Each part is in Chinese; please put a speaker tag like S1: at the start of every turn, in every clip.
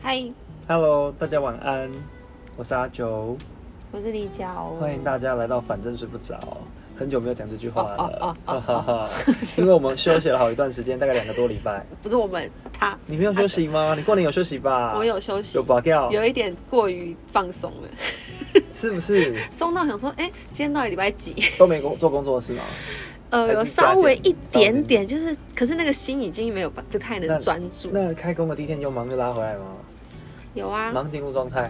S1: 嗨，
S2: Hello，大家晚安，我是阿九，
S1: 我是李哦娇。
S2: 欢迎大家来到反正睡不着，很久没有讲这句话了
S1: 哦，哦
S2: 哈
S1: 哦
S2: 哈哈， 因为我们休息了好一段时间，大概两个多礼拜。
S1: 不是我们，他
S2: 你没有休息吗？你过年有休息吧？
S1: 啊我有休息，
S2: 啊有拔掉，
S1: 有一点过于放松了，
S2: 是不是
S1: 松到想说，哎、今天到底礼拜几？
S2: 都没工做工作是吗？还
S1: 呃，
S2: 是
S1: 有
S2: 加
S1: 稍微
S2: 减
S1: 一点点，就是，可是那个心已经没有办不太能
S2: 那
S1: 专注。
S2: 那开工的第一天就忙就拉回来吗？
S1: 有啊，
S2: 忙进入状态，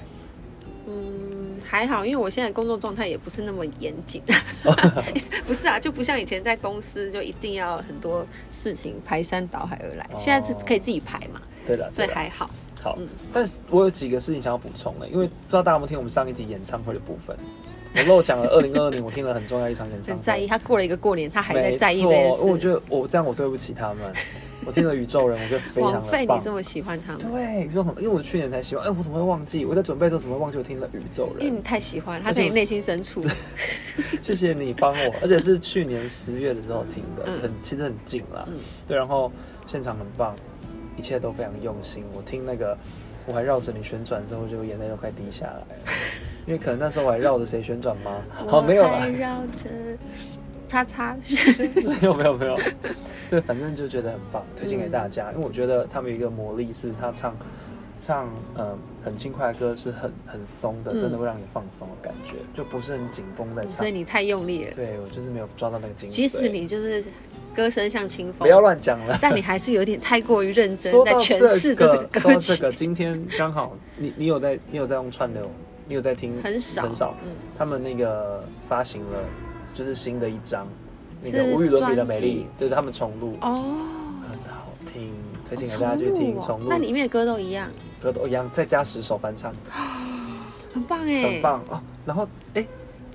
S1: 嗯，还好，因为我现在工作状态也不是那么严谨，
S2: 哦
S1: 不是啊，就不像以前在公司就一定要很多事情排山倒海而来，
S2: 哦
S1: 现在是可以自己排嘛，
S2: 对了，
S1: 所以
S2: 对啊了。
S1: 还好。
S2: 好
S1: 嗯，
S2: 但是我有几个事情想要补充欸的，因为不知道大家有没有听我们上一集演唱会的部分，我漏讲了二零二二年我听了很重要一场演唱
S1: 很
S2: 会，
S1: 在意，他过了一个过年，他还在
S2: 没
S1: 在意这
S2: 错，
S1: 件事。
S2: 我觉得我这样我对不起他们，我听了宇宙人，我觉得 非
S1: 枉
S2: 常
S1: 费
S2: 的
S1: 你
S2: 棒
S1: 这。么喜欢他们，
S2: 对，宇宙很，因为我去年才喜欢，哎、我怎么会忘记？我在准备的时候怎么会忘记我听了宇宙
S1: 因为
S2: 人？
S1: 你太喜欢了，他
S2: 而且
S1: 在你
S2: 我
S1: 内心深 处。
S2: 谢谢你帮我，而且是去年十月的时候听的，
S1: 嗯
S2: 很其实很近啦。
S1: 嗯
S2: 对，然后现场很棒，一切都非常用心。我听那个，我还绕着你旋转之后，就眼泪都快滴下来了， 因为可能那时候我还绕着谁旋转吗？好，哦没 有
S1: 我还
S2: 了。
S1: 绕着叉 叉，
S2: 没有没有没有，对，反正就觉得很棒，推荐给大家。因为我觉得他们有一个魔力，是他唱唱呃很轻快的歌是很很松的，
S1: 嗯
S2: 真的会让你放松的感觉，就不是很紧绷在
S1: 所
S2: 唱
S1: 以。你太用力了。
S2: 对我就是没有抓到那个精髓。
S1: 即使你就是歌声像清风
S2: 不，要乱讲了。
S1: 但你还是有点太过于认真
S2: 说
S1: 在
S2: 到
S1: 诠释这
S2: 这
S1: 首歌
S2: 个，说到这
S1: 曲，
S2: 个，今天刚好你你有在你有在用串流，你有在听？
S1: 很少
S2: 很少。
S1: 嗯，
S2: 他们那个发行了就是新的一张，那
S1: 是
S2: 个无与伦比的美
S1: 专
S2: 丽
S1: 辑，
S2: 就是他们重录。
S1: 哦，
S2: 很好听，推荐给大家
S1: 重
S2: 去听
S1: 录
S2: 重
S1: 哦，
S2: 录。
S1: 那里面的歌都一样，
S2: 歌都一样，再加十首翻唱，
S1: 很棒哎，
S2: 很棒哦。然后哎，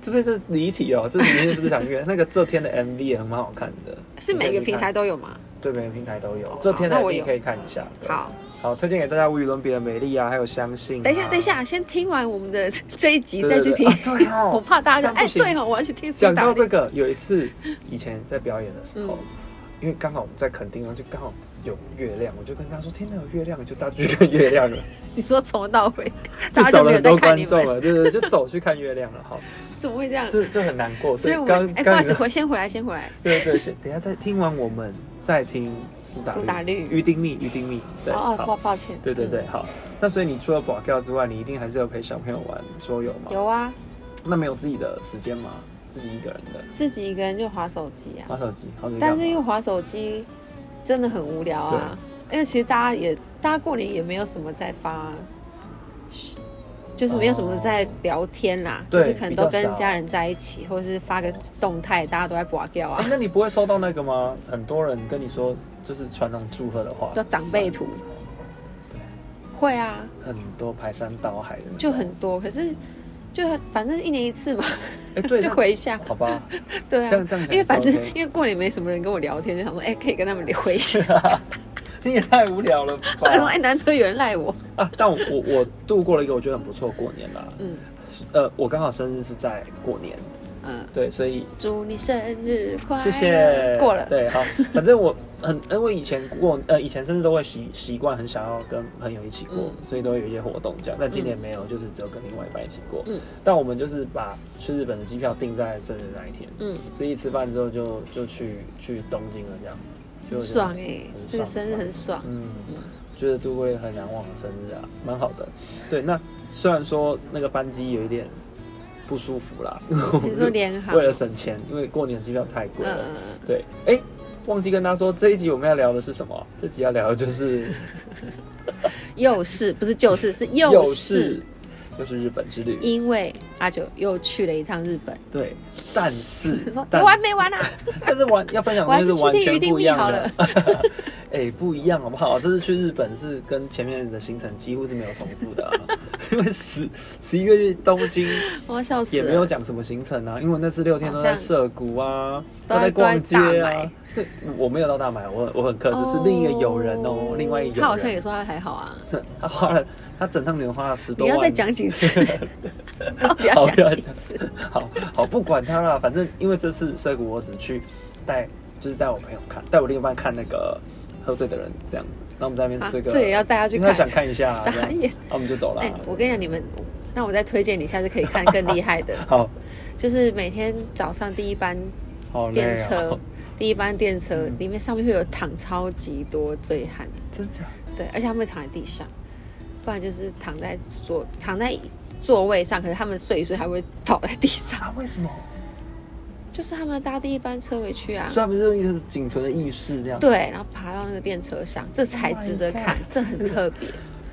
S2: 这边是离题哦，这里面不是想约那个这天的 MV 也很蛮好看的，
S1: 是
S2: 你可以
S1: 每个
S2: 去
S1: 平
S2: 看
S1: 台都有吗？
S2: 对每个平台都有
S1: 哦，
S2: 这天的
S1: 那我有
S2: MV 可以看一下。对，
S1: 好，
S2: 好，推荐给大家《无与伦比的美丽》啊，还有《相信》啊。
S1: 等一下，等一下，先听完我们的 这一集
S2: 对，
S1: 再去听
S2: 对。对啊
S1: 我
S2: 对哦。
S1: 怕大
S2: 这
S1: 家
S2: 样
S1: 哎，
S2: 不行
S1: 对哦，我要去听苏
S2: 讲
S1: 打
S2: 到
S1: 绿。
S2: 这个，有一次以前在表演的时候
S1: 嗯，
S2: 因为刚好我们在垦丁，然后就刚好有月亮，我就跟他说：“天哪，有月亮！”就大家去看月亮了。
S1: 你说从头到尾，大
S2: 就
S1: 家
S2: 少
S1: 就
S2: 了
S1: 没有
S2: 很
S1: 在
S2: 多
S1: 看
S2: 观
S1: 你
S2: 众
S1: 们，
S2: 了，对对，对就走去看月亮了， 好，
S1: 怎么会这样？
S2: 这就很难过。
S1: 所以我
S2: 刚
S1: 们哎，不
S2: 刚
S1: 好意思，回先回来，先回来。
S2: 对对对，先等一下再听完我们再听苏打
S1: 苏打绿
S2: 于丁蜜，于丁蜜，对，
S1: 哦，哦抱
S2: 好，
S1: 抱歉。
S2: 对对
S1: 嗯
S2: 对，好。那所以你除了保钓之外，你一定还是要陪小朋友玩桌游嘛
S1: 嗯。？有啊，
S2: 那没有自己的时间吗？自己一个人的
S1: 自己一个人就划手机啊，
S2: 玩手机，好
S1: 但是又划手机真的很无聊啊。因为其实大家也，大家过年也没有什么在发，就是没有什么在聊天啦，
S2: 哦对
S1: 就是可能都
S2: 比较
S1: 跟
S2: 少
S1: 家人在一起，或者是发个动态，大家都在拔掉啊
S2: 哎，那你不会收到那个吗？很多人跟你说就是传统祝贺的话，
S1: 叫长辈图。会啊，
S2: 很多排山倒海的那种，
S1: 就很多，可是就反正一年一次嘛，
S2: 哎，对，
S1: 就
S2: 那
S1: 回一下，
S2: 好吧，
S1: 对
S2: 这样
S1: 啊。
S2: 这样讲
S1: 因为反正
S2: OK
S1: 因为过年没什么人跟我聊天，就想说，哎、可以跟他们聊一 下。
S2: 你也太无聊了
S1: 然后，
S2: 吧！
S1: 哎、难得有人赖我。
S2: 啊，但我我我度过了一个我觉得很不错的过年啦。
S1: 嗯
S2: 呃，我刚好生日是在过年，
S1: 嗯，
S2: 对，所以
S1: 祝你生日快乐！
S2: 谢谢。
S1: 哎过了，
S2: 对，好，反正我很因为以前过呃以前生日都会习习惯很想要跟朋友一起过，
S1: 嗯
S2: 所以都会有一些活动这样。但今年没有，就是只有跟另外一半一起过。
S1: 嗯
S2: 但我们就是把去日本的机票定在生日那一天，
S1: 嗯，
S2: 所以一吃饭之后就就去去东京了这样。就
S1: 很
S2: 我觉得
S1: 爽哎、
S2: 很
S1: 这个
S2: 爽
S1: 生日
S2: 吧
S1: 很爽。
S2: 嗯，觉得度过一个很难忘的生日啊，蛮好的。对，那虽然说那个班机有一点不舒服啦，
S1: 你说联航？
S2: 为了省钱，因为过年机票太贵
S1: 嗯
S2: 了。
S1: 嗯嗯，
S2: 对，哎、忘记跟大家说，这一集我们要聊的是什么？这集要聊的就是
S1: 又是不是就是是 又
S2: 又
S1: 是
S2: 是，又是日本之旅。
S1: 因为阿九又去了一趟日本。
S2: 对，但是
S1: 你说
S2: 但
S1: 有完没完啊？
S2: 但是完要分享
S1: 我还
S2: 的
S1: 是
S2: 是
S1: 去
S2: 完
S1: 听于
S2: 全
S1: 丁
S2: 不一
S1: 蜜
S2: 样
S1: 好
S2: 的。 哎、不一样好不好？这次去日本是跟前面的行程几乎是没有重复的、啊， 因为十十一月去东 京
S1: 我要笑死
S2: 也
S1: 了。
S2: 没有讲什么行程啊，因为那次六天都在涩谷啊，
S1: 好像
S2: 在逛街
S1: 都在大
S2: 啊
S1: 买。
S2: 对，我没有到大买，我我很克制，是另一个友人哦，另外一个友人。
S1: 他好像也说他还好啊。
S2: 他花了他整趟旅游花了十多
S1: 你
S2: 万。
S1: 要再讲几次？ 到底要
S2: 好不
S1: 讲
S2: 要
S1: 几
S2: 讲
S1: 次？
S2: 好好不管他啦，反正因为这次涩谷我只去带，就是带我朋友看，带我另一半看那个喝醉的人这样子，然后我们在那边
S1: 啊
S2: 吃个，
S1: 这也要大家去
S2: 因为
S1: 看，
S2: 他想看一下、啊，
S1: 傻
S2: 这样
S1: 眼。
S2: 然后我们就走了啊、，
S1: 哎、我跟你讲，你们，那我再推荐你，下次可以看更厉害的
S2: 好
S1: 就是每天早上第一班
S2: 好累
S1: 电
S2: 啊、
S1: 车，第一班电车
S2: 嗯
S1: 里面上面会有躺超级多醉汉，
S2: 真假？
S1: 对，而且他们会躺在地上，不然就是躺在座躺在座位上，可是他们睡一睡还会倒在地上，
S2: 啊，为什么？
S1: 就是他们搭第一班车回去啊
S2: 虽。然不是一个仅存的意识这样，
S1: 对，然后爬到那个电车上，这才
S2: Oh my
S1: 值得看
S2: God
S1: 这很特别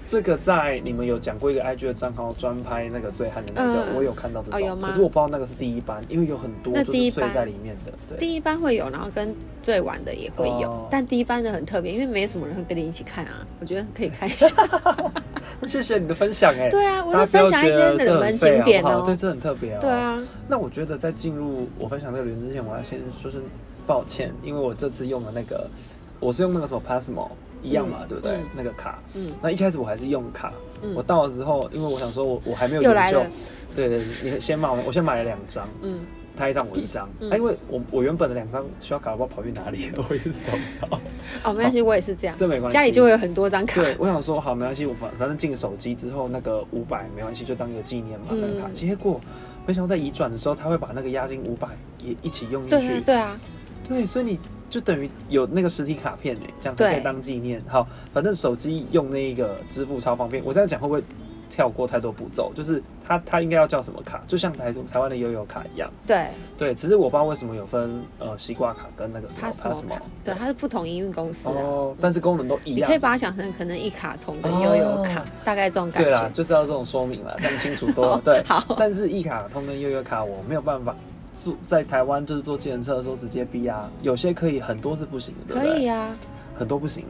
S2: 这个在你们有讲过一个 IG 的账号专拍那个醉汉的那个，
S1: 嗯
S2: 我有看到这种、
S1: 哦有吗
S2: 可是我不知道那个是第一班，因为有很多
S1: 那
S2: 就
S1: 第
S2: 是
S1: 一
S2: 睡
S1: 班
S2: 在里面的。对，
S1: 第一班会有，然后跟最晚的也会有
S2: 哦
S1: 但第一班的很特别，因为没什么人会跟你一起看啊，我觉得可以看一 下。
S2: 谢谢你的分享哎、
S1: 对啊，我
S2: 大家
S1: 在
S2: 不要
S1: 分享一
S2: 觉
S1: 些
S2: 得这
S1: 冷
S2: 很
S1: 门
S2: 废
S1: 景点
S2: 好不
S1: 哦
S2: 好。对，这很特别哦。
S1: 对。啊，
S2: 那我觉得在进入我分享这个旅程之前，我要先说声抱歉，因为我这次用的那个，我是用那个什么 Passmo 一样嘛，
S1: 嗯
S2: 对不对、
S1: 嗯
S2: 那个卡，
S1: 嗯
S2: 那一开始我还是用卡，
S1: 嗯
S2: 我到了之后，因为我想说我我还没有
S1: 又来
S2: 研究
S1: 了，
S2: 对对，你先买，我先买了两张，
S1: 嗯，
S2: 他一张我一张，
S1: 嗯
S2: 啊，因为我我原本的两张需要卡，不知道跑去哪里了，我一直找 不到。
S1: 哦，没关系，我也是这样，
S2: 这没关系
S1: 家里就会有很多张卡， 啊
S2: 对，我想说好没关系，我反反正进手机之后那个五百没关系，就当一个纪念嘛，那个卡。
S1: 嗯
S2: 结果没想到在移转的时候，他会把那个押金五百也一起用进
S1: 对啊
S2: 去，
S1: 对啊，
S2: 对，所以你就等于有那个实体卡片哎，这样
S1: 对
S2: 可以当纪念。好，反正手机用那个支付超方便。我这样讲会不会跳过太多步骤？就是它它应该要叫什么卡？就像台台湾的悠游卡一样。
S1: 对，
S2: 对，只是我不知道为什么有分呃西瓜卡跟那个什么
S1: 它什么卡
S2: Passmo，
S1: 对，它是不同营运公司啊。
S2: 哦，但是功能都一
S1: 你
S2: 样
S1: 可以。把它想成可能一卡通跟悠游卡
S2: 哦，
S1: 大概这种感
S2: 对啦，
S1: 觉。哦
S2: 就是要这种说明啦，这样清楚 多了。对，
S1: 好
S2: 但是一卡通跟悠悠卡我没有办法坐在台湾就是坐计程车的时候直接逼啊，有些可以，很多是不行的。对
S1: 可
S2: 不对
S1: 以啊，
S2: 很多不行。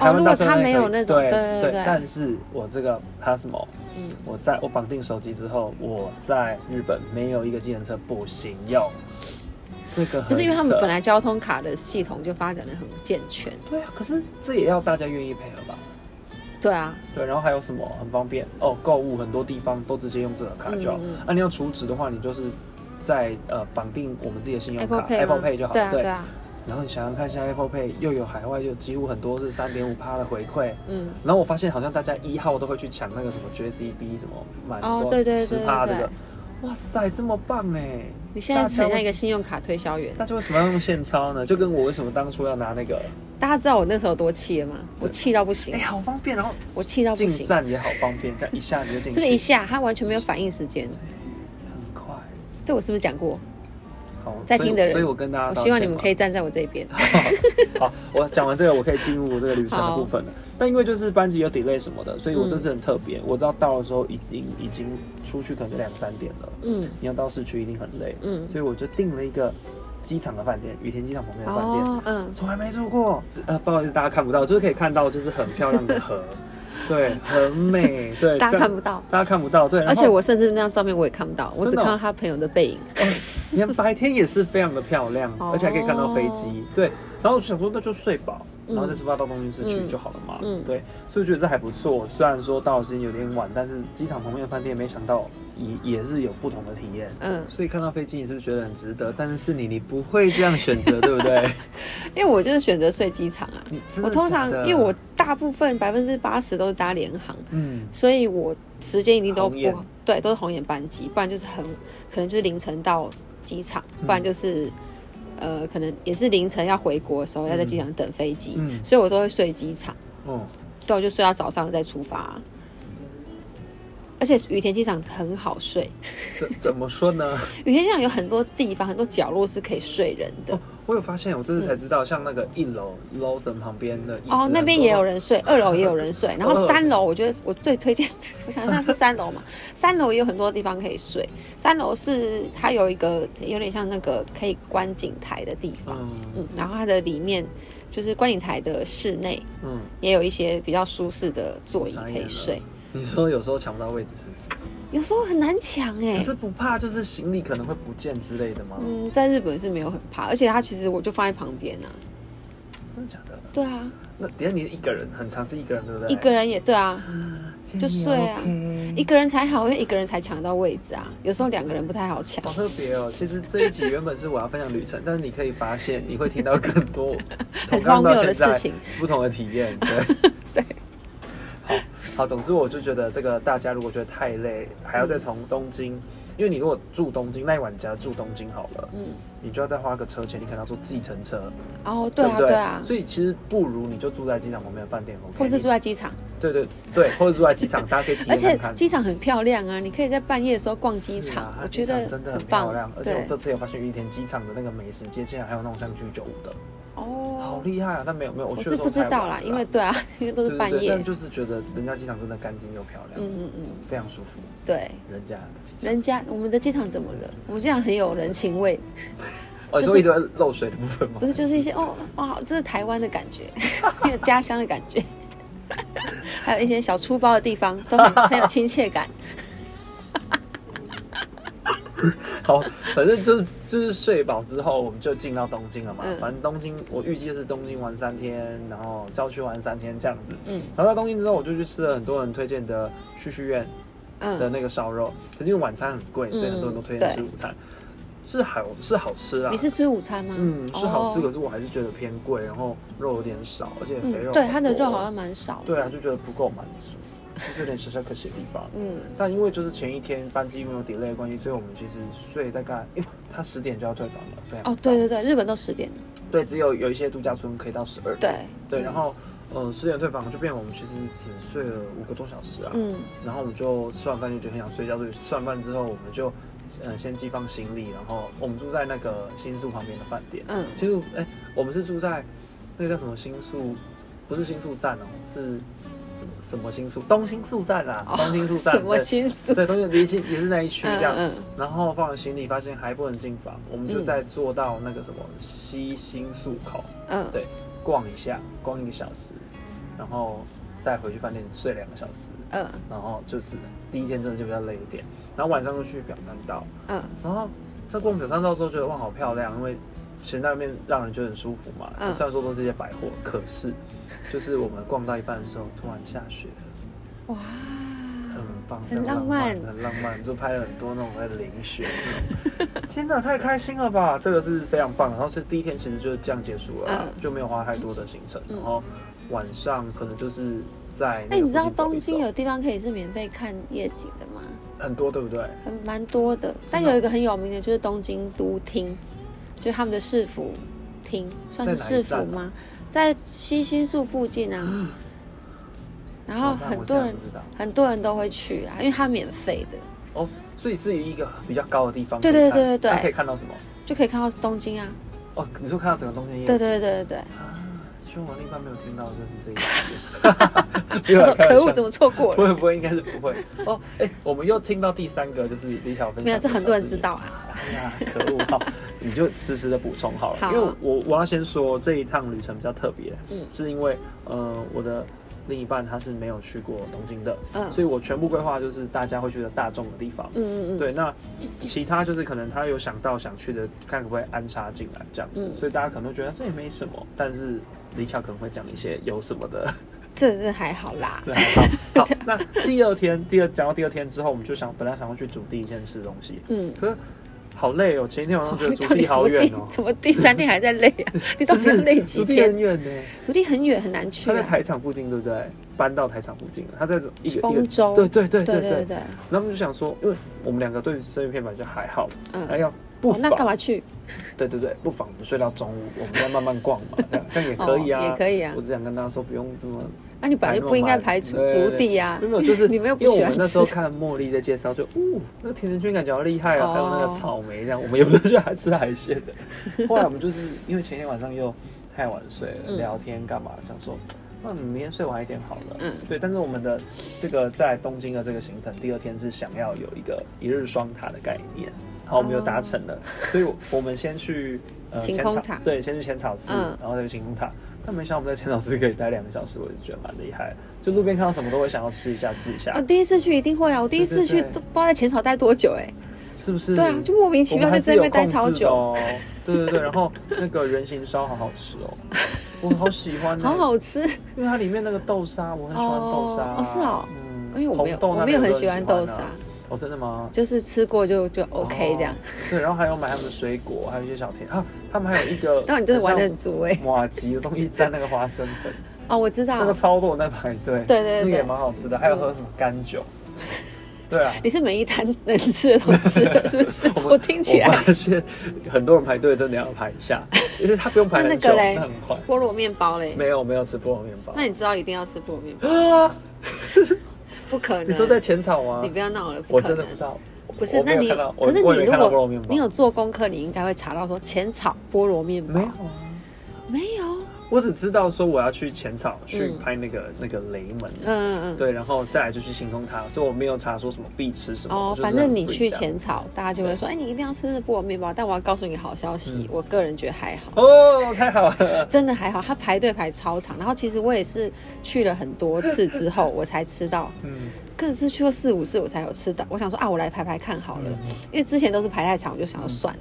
S1: 哦如果
S2: 大车
S1: 他
S2: 内
S1: 没
S2: 可以
S1: 有那种
S2: 对
S1: 对对对
S2: 但是我这个 Passmo，
S1: 嗯，
S2: 我在我绑定手机之后，我在日本没有一个计程车不行用，这个很
S1: 不是因为他们
S2: 扯
S1: 本来交通卡的系统就发展的很健全，
S2: 对啊，可是这也要大家愿意配合吧？
S1: 对啊，
S2: 对，然后还有什么很方便哦？购物很多地方都直接用这个卡就好。
S1: 嗯嗯
S2: 啊，你要储值的话，你就是在呃绑定我们自己的信用
S1: Apple
S2: 卡
S1: Pay 吗
S2: 就好。
S1: 对啊对啊，
S2: 然后你想想看，现在 Apple Pay 又有海外，又几乎很多是三点五趴的回馈，
S1: 嗯，
S2: 然后我发现好像大家一号都会去抢那个什么 JCB 什么满
S1: 哦对对对
S2: 十趴这
S1: 对
S2: 个，哇塞，这么棒哎！
S1: 你现在
S2: 大家
S1: 很像
S2: 为
S1: 一个信用卡推销员。
S2: 大家为什么要用现钞呢？就跟我为什么当初要拿那个，
S1: 大家知道我那时候多气了吗？我气到不行
S2: 哎、，好方便，然后
S1: 我气到不
S2: 进
S1: 行，
S2: 站也好方便，这样一下子就进去，
S1: 是不是一下他完全没有反应时间？
S2: 很快？
S1: 这我是不是讲过？
S2: 好，
S1: 在
S2: 所以
S1: 听的人
S2: 所以我跟大家，
S1: 我希望你们可
S2: 以。
S1: 以站在我这 边。
S2: 好，我讲完这个，我可以进入这个旅程的
S1: 好
S2: 部分了。但因为就是班级有 delay 什么的，所以我这次很特别，我知道到的时候已经已经出去可能就两三点了，
S1: 嗯
S2: 你要到市区一定很累，
S1: 嗯，
S2: 所以我就订了一个机场的饭店，羽田机场旁边的饭店，
S1: 哦，嗯，
S2: 从来没住过。呃，不好意思，大家看不到，就是可以看到，就是很漂亮的河，对，很美，对，
S1: 大家
S2: 这样
S1: 看不到，
S2: 大家看不到，对。然后
S1: 而且我甚至那张照片我也看不到，我只
S2: 真的哦
S1: 看到他朋友的背影。
S2: 你看白天也是非常的漂亮，
S1: 哦
S2: 而且还可以看到飞机，对。然后我想说，那就睡饱，
S1: 嗯
S2: 然后再出发到东京市区就好了嘛，
S1: 嗯嗯
S2: 对。所以我觉得这还不错，虽然说到的时间有点晚，但是机场旁边的饭店没想到也也是有不同的体验。
S1: 嗯，
S2: 所以看到飞机，你是不是觉得很值得？但是是你，你不会这样选 择，对不对？
S1: 因为我就是选择睡机场啊。
S2: 你真的
S1: 我通
S2: 假
S1: 常
S2: 的
S1: 因为我大部分百分之八十都是搭联航，
S2: 嗯，
S1: 所以我时间一定都
S2: 红
S1: 不
S2: 眼
S1: 对，都是红眼班机，不然就是很可能就是凌晨到机场，
S2: 嗯
S1: 不然就是、呃可能也是凌晨要回国的时候要在机场等飞机，
S2: 嗯
S1: 所以我都会睡机场，
S2: 哦，
S1: 对，我就睡到早上再出发、而且羽田机场很好睡，
S2: 怎怎么说呢？
S1: 羽田机场有很多地方、很多角落是可以睡人的。
S2: 我有发现，我这次才知道，像那个一楼 l o s o n 旁边的椅子
S1: 哦，那边
S2: 很多
S1: 也有人 睡，二楼也有人睡，然后
S2: 二楼
S1: 三楼我觉得我最推荐，我想那是三楼嘛，三楼也有很多地方可以睡，三楼是它有一个有点像那个可以观景台的地方，
S2: 嗯
S1: 嗯，然后它的里面就是观景台的室内
S2: 嗯，
S1: 也有一些比较舒适的座椅可以睡，
S2: 你说有时候抢不到位置是不是？
S1: 有时候很难抢哎、
S2: 可是不怕就是行李可能会不见之类的吗？
S1: 嗯，在日本是没有很怕，而且它其实我就放在旁边啊，
S2: 真的假的？
S1: 对啊，
S2: 那等一下你一个人很长是一个人对不对？嗯
S1: 一个人也对啊，就睡啊一个人才好，因为一个人才抢到位置啊。有时候两个人不太好抢
S2: 好。特别哦！其实这一集原本是我要分享旅程，但是你可以发现，你会听到更 多从
S1: 很荒
S2: 刚到
S1: 谬
S2: 现
S1: 的
S2: 在
S1: 事情
S2: 不同的体 验。对
S1: 对。
S2: 好，好，总之我就觉得这个大家如果觉得太累，还要再从东京，因为你如果住东京那一晚，假如住东京好了，
S1: 嗯，
S2: 你就要再花个车钱，你可能要坐计程车，
S1: 哦，对啊，
S2: 不对？
S1: 对啊，
S2: 所以其实不如你就住在机场旁边的饭店，OK？
S1: 或是
S2: 你
S1: 住在机场，
S2: 对对对，或者住在机 场，大家可以体
S1: 而
S2: 验
S1: 且
S2: 看看。
S1: 机场很漂亮啊，你可以在半夜的时候逛机
S2: 是
S1: 场，
S2: 啊它
S1: 我觉
S2: 机场
S1: 得
S2: 真的
S1: 很
S2: 很漂亮
S1: 棒。。
S2: 而且我
S1: 对，
S2: 这次也发现羽田机场的那个美食街，竟然还有那种像居酒屋的，好
S1: 哦，
S2: 厉害啊！但没有没有，我
S1: 我
S2: 去
S1: 是
S2: 的时候
S1: 不知
S2: 太晚
S1: 道啦，
S2: 了
S1: 因为对啊， 因为都
S2: 对
S1: 是
S2: 对
S1: 半
S2: 对
S1: 夜
S2: 但。就是觉得人家机场真的干净又漂亮，
S1: 嗯嗯嗯，
S2: 非常舒服。
S1: 对，
S2: 人家的机场，
S1: 人家我们的机场怎么了？我们机场很有人情味，
S2: 哦，你
S1: 就
S2: 说
S1: 是
S2: 一直在漏水的部分吗
S1: 不？是就是一些哦哇，这是台湾的感觉， 很有家乡的感觉， 还有一些小粗包的地方都很很有亲切感。
S2: 好，反正就是就是睡饱之后，我们就进到东京了嘛。
S1: 嗯
S2: 反正东京我预计就是东京玩三天，然后郊区玩三天这样子。
S1: 嗯
S2: 然后到东京之后，我就去吃了很多人推荐的旭旭苑，的
S1: 嗯，
S2: 那个烧肉，可是因为晚餐很贵，所以很多人都推荐
S1: 嗯
S2: 吃
S1: 对
S2: 午餐，是好是好吃啊
S1: 你。是吃午餐吗？
S2: 嗯，是好吃，
S1: 哦
S2: 可是我还是觉得偏贵，然后肉有点少，而且肥
S1: 嗯，
S2: 肉很多、
S1: 对，它的肉好像蛮少的。
S2: 对啊，就觉得不够满足，就是有点小小可惜的地方。
S1: 嗯
S2: 但因为就是前一天班机因为有 delay 的关系，所以我们其实睡大概，因为他十点就要退房了，非常
S1: 哦，
S2: 早
S1: 对对对，日本都十点了。
S2: 对，只有有一些度假村可以到十二点，
S1: 对
S2: 对，
S1: 嗯
S2: 然后嗯十点退房就变我们其实只睡了五个多小时啊，
S1: 嗯
S2: 然后我们就吃完饭就觉得很想睡觉，所以吃完饭之后我们就，呃，先寄放行李，然后我们住在那个新宿旁边的饭店。
S1: 嗯，
S2: 新宿，哎，我们是住在那个叫什么新宿，不是新宿站哦，是什么什么新宿？东新宿站啦、
S1: 哦
S2: 东新宿站。
S1: 什么
S2: 对
S1: 新宿？
S2: 对，东京离新也是那一区这样。
S1: 嗯
S2: 然后放了行李，发现还不能进房，我们就再坐到那个什么西新宿口
S1: 嗯
S2: 对逛一下，逛一个小时，然后再回去饭店睡两个小时。
S1: 嗯
S2: 然后就是第一天真的就比较累一点，然后晚上就去表参道，
S1: 嗯
S2: 然后在逛表参道的时候觉得哇好漂亮，因为其实那面让人觉得很舒服嘛，
S1: 嗯
S2: 虽然说都是一些百货，可是就是我们逛到一半的时候突然下雪了，
S1: 哇，
S2: 很棒，
S1: 很
S2: 浪
S1: 浪漫
S2: 很浪漫，就拍了很多那种在淋 雪那种，天哪，太开心了吧，这个是非常棒。然后所以第一天其实就是这样结束了啦，
S1: 嗯
S2: 就没有花太多的行程，
S1: 嗯
S2: 然后晚上可能就是在那
S1: 哎，
S2: 个
S1: 你知道
S2: 附近走一
S1: 东京
S2: 走
S1: 有地方可以是免费看夜景的吗？
S2: 很多对不对？
S1: 很蛮多的，但有一个很有名的就是东京都厅，就是他们的市府厅，算是市
S2: 啊
S1: 府吗？在西新宿附近啊， 然后啊
S2: 怎么办
S1: 很
S2: 哦我
S1: 多
S2: 现在
S1: 人
S2: 不知道
S1: 很多人都会去啊，因为它免费的，
S2: 哦，所以是一个比较高的地方可以
S1: 对对
S2: 看，
S1: 对对对
S2: 那可以看到什么？
S1: 就可以看到东京啊。
S2: 哦，你说看到整个东京夜景，
S1: 对对对对对。
S2: 啊，希望我另一半没有听到，就是这 一集。没有
S1: 我
S2: 啦
S1: 说
S2: 开玩
S1: 可恶，
S2: 笑
S1: 怎么错过
S2: 不
S1: 了？
S2: 会不会，应该是不会。哦，哎、我们又听到第三个，就是李小芬。
S1: 没有，这很多人知。道啊。
S2: 哎呀，可恶！ 好，你就实时的补充好了，
S1: 好
S2: 因为我我要先说这一趟旅程比较特别，
S1: 嗯
S2: 是因为呃我的另一半他是没有去过东京的，
S1: 嗯
S2: 所以我全部规划就是大家会去的大众的地方，
S1: 嗯嗯嗯，
S2: 对，那其他就是可能他有想到想去的，看可不可以安插进来这样子，
S1: 嗯
S2: 所以大家可能会觉得这也没什么，但是李巧可能会讲一些有什么的，
S1: 这这还好啦。
S2: 这还好。 好，那第二天，第二讲到第二天之后，我们就想本来想要去主地先吃东西，
S1: 嗯，
S2: 可是好累哦，前一天晚 上觉
S1: 到
S2: 得主
S1: 底
S2: 地
S1: 什
S2: 好
S1: 么
S2: 远
S1: 地
S2: 哦？，
S1: 怎么第三天还在累 啊？你到
S2: 就
S1: 底要
S2: 是
S1: 累
S2: 竹
S1: 几
S2: 地
S1: 天
S2: 很？远呢，
S1: 土地很远，很难去
S2: 他在
S1: 啊。
S2: 台场附近，对不对？搬到台场附近了，他在一个一
S1: 丰
S2: 个。
S1: 州，
S2: 对对对
S1: 对
S2: 对对，
S1: 对，
S2: 然后我们就想说，因为我们两个对于生鱼片本来就还好，哎
S1: 嗯。
S2: 呀，不
S1: 哦，
S2: 妨
S1: 那干嘛去？
S2: 对对对，不妨我们睡到中午，我们再慢慢逛嘛，这样这样也可以啊，
S1: 哦也可以啊
S2: 我只想跟大家说，不用这么，
S1: 那你本来就不应该排除
S2: 对对对
S1: 竹地啊
S2: 没 有。没有，就是
S1: 你们又不
S2: 因为我
S1: 喜
S2: 们
S1: 欢
S2: 那时候
S1: 吃
S2: 看茉莉在介绍，就呜，那甜甜圈感觉好厉害啊，
S1: 哦
S2: 还有那个草莓这样，我们也不是去还吃海鲜 的。后来我们就是因为前天晚上又太晚睡了，
S1: 嗯
S2: 聊天干嘛，想说。那你明天睡晚一点好了。
S1: 嗯
S2: 对。但是我们的这个在东京的这个行程，第二天是想要有一个一日双塔的概念，好，我们有达成了。所以我我们先去呃
S1: 哦晴
S2: 浅
S1: 空
S2: 草
S1: 塔
S2: 对，先去浅草寺，
S1: 嗯
S2: 然后再去晴空塔。但没想到我们在浅草寺可以待两个小时，我也是觉得蛮厉害的。就路边看到什么都会想要吃一下，吃一下
S1: 啊，，第一次去一定会啊！我第一次去
S2: 对对对
S1: 都不知道在浅草待多久哎。
S2: 是不是？
S1: 对啊，就莫名其妙就在那边待超久，
S2: 我们还是有控制的哦。对对对，然后那个人形烧好好吃 哦，我好喜欢、欸，
S1: 好好吃。
S2: 因为它里面那个豆沙，我很喜欢豆沙。
S1: 哦哦是哦因
S2: 嗯，
S1: 为我没有
S2: 红豆那
S1: 我没有
S2: 边
S1: 很
S2: 都
S1: 喜欢
S2: 喜欢
S1: 豆
S2: 啊
S1: 沙，
S2: 哦，真的吗？
S1: 就是吃过就就 OK 这样。，
S2: 哦对，然后还有买他们的水果，还有一些小甜啊，他们还有一个
S1: 那你真的玩的很足哎、
S2: 马吉的东西沾那个花生粉，
S1: 哦，我知
S2: 那
S1: 道
S2: 个，超多人在排队，
S1: 对对对嗯
S2: 那个也蛮好吃的，还有喝什么干酒，对啊。
S1: 你是每一摊能吃的都吃了，是不是？ 我听起
S2: 我
S1: 来
S2: 发现很多人排队真的要排一 下，因为他不用排很久，
S1: 那那个嘞
S2: 那很快。
S1: 菠萝面包嘞。
S2: 没有没有吃菠萝面包
S1: 那你知道一定要吃菠萝面包？
S2: 啊？
S1: 不可能！
S2: 你说在浅草吗
S1: 你？不要闹了，不
S2: 我
S1: 可
S2: 真的
S1: 能
S2: 不。知道，
S1: 不是
S2: 我，没
S1: 那
S2: 有
S1: 你
S2: 看到我
S1: 可是
S2: 我也
S1: 你
S2: 没
S1: 如
S2: 看到菠萝
S1: 果
S2: 面包
S1: 你有做功课，你应该会查到说浅草菠萝面包
S2: 没有啊？
S1: 没有？
S2: 我只知道说我要去浅草去拍那个、那个雷门，
S1: 嗯嗯嗯。
S2: 对，然后再来就去星空塔，所以我没有查说什么必吃什么。我
S1: 哦，
S2: 就是
S1: 反正
S2: 很
S1: 你
S2: free
S1: 去
S2: 这样
S1: 浅草，大家就会说，哎，你一定要吃菠萝面包。但我要告诉你个好消息
S2: 嗯，
S1: 我个人觉得还好。
S2: 哦，太好 了，
S1: 真的还好，它排队排超长。然后其实我也是去了很多次之后，我才吃到，
S2: 嗯，
S1: 更是去过四五次我才有吃到。我想说啊，我来排排看好了，
S2: 嗯
S1: 因为之前都是排太长，我就想要算了。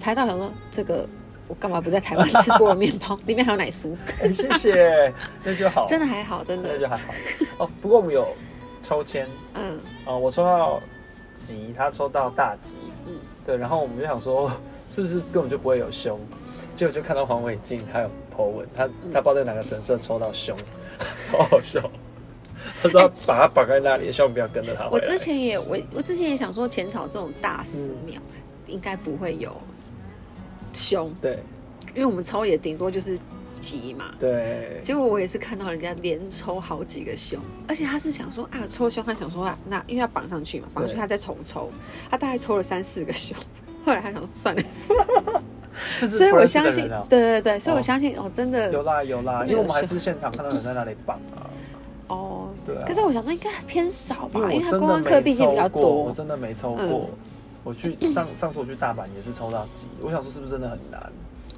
S1: 排到想说这个我干嘛不在台湾吃菠萝面 包？里面还有奶酥，
S2: 哎 谢谢，那就好，
S1: 真的还好，真
S2: 那
S1: 的。
S2: 就还好。哦，不过我们有抽签
S1: 嗯，
S2: 啊、呃我抽到吉，他抽到大吉，
S1: 嗯
S2: 嗯，对，然后我们就想说，哦是不是根本就不会有凶？结果就看到黄伟晋还有 Po 文，他
S1: 嗯
S2: 他不知道在哪个神社抽到凶， 超好笑。他说要把他绑在那里，希望不要跟着他回
S1: 我
S2: 来
S1: 之前也我我之前也想说浅草这种大寺庙、
S2: 嗯
S1: 应该不会有凶，
S2: 对
S1: 因为我们抽也顶多就是吉嘛。
S2: 对，
S1: 结果我也是看到人家连抽好几个凶，而且他是想说啊抽凶，他想说啊那因为要绑上去嘛，绑上去
S2: 对
S1: 他再重抽，他大概抽了三四个凶， 后来他想说算了，
S2: 这是
S1: 所以
S2: 不
S1: 我
S2: 认识的
S1: 相信
S2: 人啊，
S1: 对对对，所以我
S2: 哦
S1: 相信哦真的
S2: 有啦有啦，
S1: 真的有
S2: 因为我们还是
S1: 凶
S2: 现场看到有人在那里绑啊。
S1: 哦，
S2: 对啊
S1: 可是我想说应该偏少吧，因
S2: 我
S1: 为他
S2: 真
S1: 公
S2: 的
S1: 安课
S2: 没
S1: 毕竟比较
S2: 抽过，我
S1: 多，
S2: 真的没抽过。
S1: 嗯
S2: 我去 上上次我去大阪也是抽到几，我想说是不是真的很难？